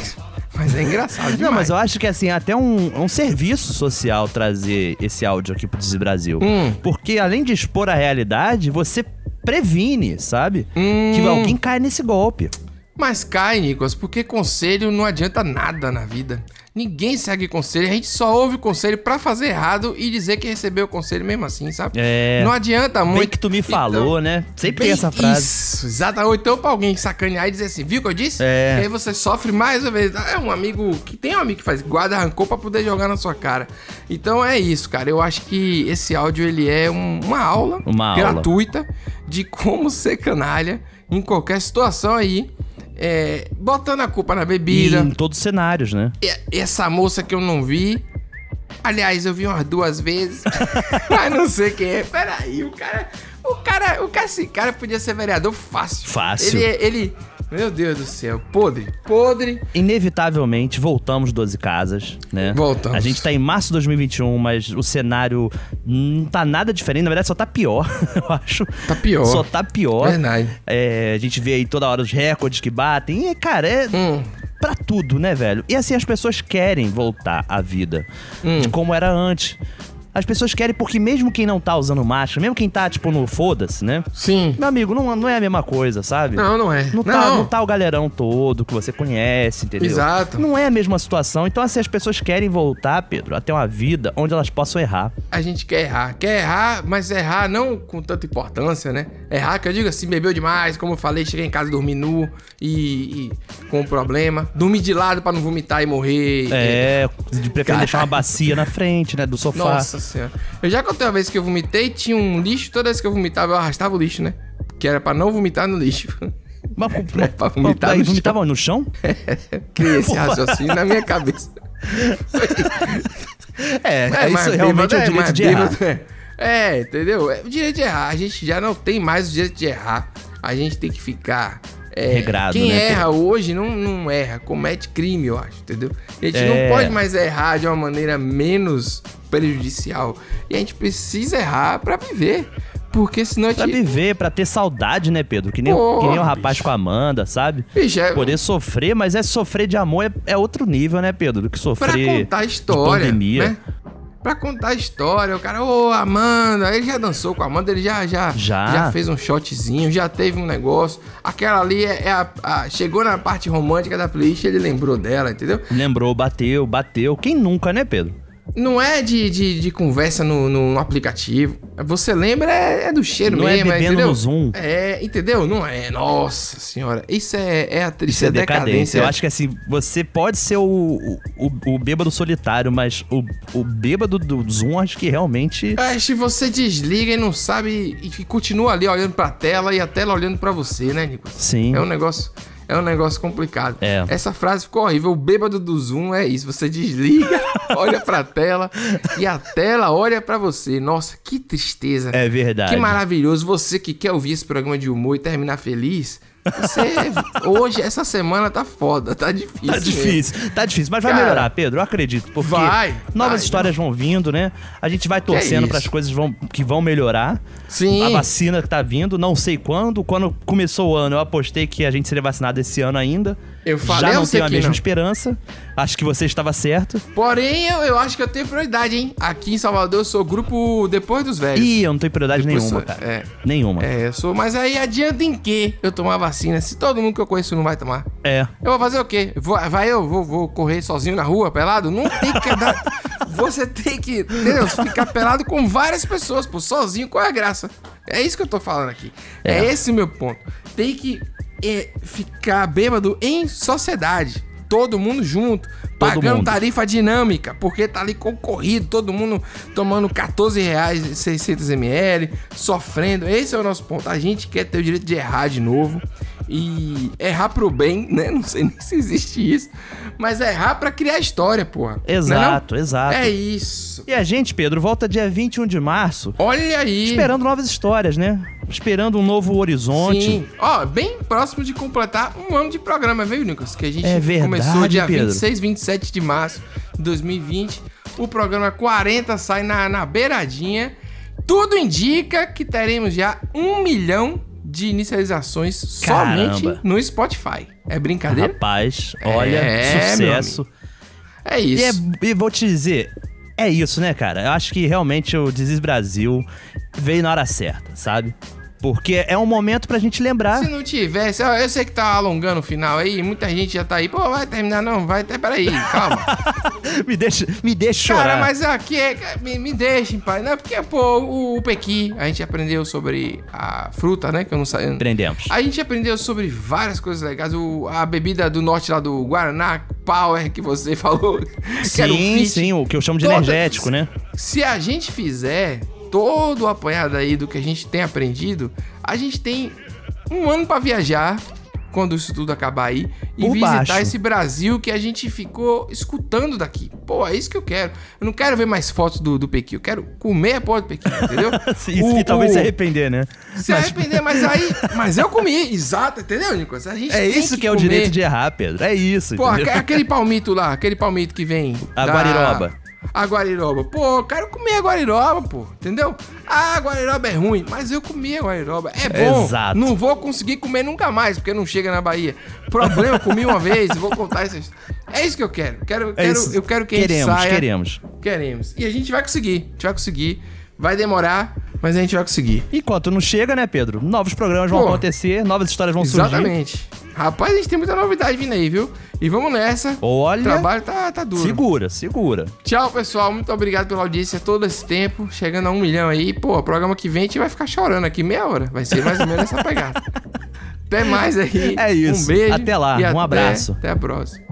mas é engraçado. *laughs* Não, mas eu acho que assim, até um, um serviço social trazer esse áudio aqui pro Desi Brasil. Hum. Porque além de expor a realidade, você previne, sabe? Hum. Que alguém cai nesse golpe. Mas cai, Nicolas, porque conselho não adianta nada na vida. Ninguém segue conselho, a gente só ouve o conselho pra fazer errado e dizer que recebeu o conselho mesmo assim, sabe? É. Não adianta Bem muito. então, que tu me falou, né? Sempre tem essa frase. Isso, exatamente. Ou então pra alguém sacanear e dizer assim, viu o que eu disse? É. E aí você sofre mais uma vez. Ah, É um amigo que tem um amigo que faz guarda rancor pra poder jogar na sua cara. Então é isso, cara. Eu acho que esse áudio ele é um- uma aula Uma aula. gratuita de como ser canalha em qualquer situação aí. É, botando a culpa na E bebida. em todos os cenários, né? E- Essa moça que eu não vi. Aliás, eu vi umas duas *laughs* vezes. mas não sei quem é. Peraí, o cara. O cara. O cara, esse cara podia ser vereador fácil. Fácil. Ele, ele. Meu Deus do céu. Podre, podre. Inevitavelmente voltamos 12 casas, né? Voltamos. A gente tá em março de 2021, mas o cenário não tá nada diferente, na verdade só tá pior, *laughs* eu acho. Tá pior. Só tá pior. Verdade. Hum. É, a gente vê aí toda hora os recordes que batem. E, cara, é. pra tudo, né, velho? E assim, as pessoas querem voltar à vida Hum. de como era antes. As pessoas querem porque mesmo quem não tá usando máscara, mesmo quem tá, tipo, no foda-se, né? Sim. Meu amigo, não, não é a mesma coisa, sabe? Não, não é. Não tá, Não. não tá o galerão todo que você conhece, entendeu? Exato. Não é a mesma situação. Então, assim, as pessoas querem voltar, Pedro, a ter uma vida onde elas possam errar. A gente quer errar. Quer errar, mas errar não com tanta importância, né? Errar, que eu digo assim, bebeu demais, como eu falei, cheguei em casa e dormi nu e, e com um problema. Dormi de lado pra não vomitar e morrer. É, de preferir deixar uma bacia na frente, né? Do sofá. Nossa senhora. Eu já contei uma vez que eu vomitei, tinha um lixo, toda vez que eu vomitava, eu arrastava o lixo, né? Que era pra não vomitar no *laughs* lixo. Mas, é pra vomitar Aí no chão. vomitava no chão? Criei *laughs* esse Um raciocínio na minha cabeça. É, é mas isso realmente é o bêbado, direito mas de errar. bêbado, é. É, entendeu? É o direito de errar. A gente já não tem mais o direito de errar. A gente tem que ficar. é, Regrado, Quem né, erra hoje não, não erra, comete crime, eu acho, entendeu? A gente É. não pode mais errar de uma maneira menos prejudicial. E a gente precisa errar pra viver. Porque senão a Pra gente. viver, pra ter saudade, né, Pedro? Que nem, o- Pô, que nem o rapaz com a Amanda, sabe? Bicho, é- Poder sofrer, mas é sofrer de amor é, é outro nível, né, Pedro? Do que Pra sofrer contar história, de pandemia. né? Pra contar a história, o cara, ô Amanda, ele já dançou com a Amanda, ele já já, Já. fez um shotzinho, já teve um negócio. Aquela ali é, é a, a- chegou na parte romântica da playlist, ele lembrou dela, entendeu? Lembrou, bateu, bateu. Quem nunca, né, Pedro? Não é de, de, de conversa no, no aplicativo. Você lembra é, é do cheiro Não é mesmo, bebendo entendeu? no Zoom. É, entendeu? Não é, nossa senhora. Isso é, é a triste Isso é decadência. decadência. Eu acho que assim, você pode ser o, o, o- o bêbado solitário, mas o, o bêbado do Zoom, acho que realmente. É, se você desliga e não sabe e que continua ali olhando pra tela e a tela olhando pra você, né, Nico? Sim. É um negócio, é um negócio complicado. É. Essa frase ficou horrível. O bêbado do Zoom é isso. Você *laughs* desliga, olha pra tela e a tela olha pra você. Nossa, que tristeza. É verdade. Que maravilhoso. Você que quer ouvir esse programa de humor e terminar feliz, você *laughs* hoje essa semana tá foda, tá difícil. Tá difícil, tá difícil, mas vai Cara, melhorar, Pedro, eu acredito, porque vai, novas vai, histórias vão vindo, né? A gente vai torcendo isso. para as coisas vão, que vão melhorar. Sim. A vacina que tá vindo, não sei quando, quando começou o ano, eu apostei que a gente seria vacinado esse ano ainda. Eu falei, Já não eu sei tenho a que mesma não. esperança. Acho que você estava certo. Porém, eu, eu acho que eu tenho prioridade, hein? Aqui em Salvador eu sou grupo depois dos velhos. Ih, eu não tenho prioridade É Depois nenhuma, sou- cara. É, Nenhuma. é, eu sou. Mas aí adianta em quê eu tomar vacina se todo mundo que eu conheço não vai tomar? É. Eu vou fazer o quê? Vou- vai eu vou, vou correr sozinho na rua, pelado? Não tem que *laughs* dar. Você tem que, Deus, ficar pelado com várias pessoas, pô, sozinho, qual é a graça? É isso que eu tô falando aqui. É, esse o meu ponto. Tem que é, ficar bêbado em sociedade. Todo mundo junto, pagando mundo. tarifa dinâmica, porque tá ali concorrido, todo mundo tomando 14 reais 600 ml, sofrendo. Esse é o nosso ponto. A gente quer ter o direito de errar de novo e errar pro bem, né? Não sei nem se existe isso, mas errar pra criar história, porra. Exato, Não é não? exato. É isso. E a gente, Pedro, volta dia 21 de março. Olha aí. Esperando novas histórias, né? Esperando um novo horizonte. Sim. Ó, bem próximo de completar um ano de programa, viu, Nicolas? Que a gente É verdade, começou dia Pedro. 26, 27 de março de 2020. O programa 40 sai na, na beiradinha. Tudo indica que teremos já um milhão de inicializações Caramba. somente no Spotify. É brincadeira? Rapaz, olha, É, sucesso. É isso. E, é- e vou te dizer, é isso, né, cara? Eu acho que realmente o Desis Brasil veio na hora certa, sabe? Porque é um momento pra gente lembrar. Se não tivesse, ó, eu sei que tá alongando o final aí, muita gente já tá aí, pô, vai terminar não, vai até, peraí, *laughs* calma. *laughs* me deixa, me deixa Cara, chorar. mas aqui é. Me, me deixem, pai. Não, porque, pô, o, o Pequi, a gente aprendeu sobre a fruta, né? Que eu não sabia. Aprendemos. A gente aprendeu sobre várias coisas legais. O- a bebida do norte lá do Guaraná, Power, que você *laughs* falou. que era um o Sim, fit. sim, o que eu chamo de Todas- energético, *laughs* né? Se a gente fizer todo o apanhado aí do que a gente tem aprendido, a gente tem um ano pra viajar quando isso tudo acabar aí e Por visitar baixo. esse Brasil que a gente ficou escutando daqui. Pô, é isso que eu quero. Eu não quero ver mais fotos do, do Pequi, eu quero comer a porra do Pequi, entendeu? *laughs* Sim, O- e talvez o- se arrepender, né? Se arrepender, mas aí. Mas eu comi, *laughs* exato, entendeu, Nicolas? A gente É tem isso que, é o comer. direito de errar, Pedro. É isso. Pô, entendeu? aque- aquele palmito lá, aquele palmito que vem. A da- guariroba. a Guariroba. Pô, eu quero comer a Guariroba, pô. Entendeu? Ah, a Guariroba é ruim, mas eu comi a Guariroba. É bom. Exato. Não vou conseguir comer nunca mais, porque não chega na Bahia. Problema, eu comi uma vez, vou contar isso. É isso que eu quero. quero, É quero isso. eu quero que a gente Queremos, saia. queremos. Queremos. E a gente vai conseguir. A gente vai conseguir. Vai demorar, mas a gente vai conseguir. Enquanto não chega, né, Pedro? Novos programas vão Pô. acontecer, novas histórias vão surgir. Exatamente. Rapaz, a gente tem muita novidade vindo aí, viu? E vamos nessa. Olha. O trabalho tá, tá duro. Segura, segura. Tchau, pessoal. Muito obrigado pela audiência todo esse tempo. Chegando a um milhão aí. Pô, o programa que vem a gente vai ficar chorando aqui meia hora. Vai ser mais ou *laughs* menos essa pegada. Até mais aí. É isso. Um beijo. Até lá. e Um abraço. Até a próxima.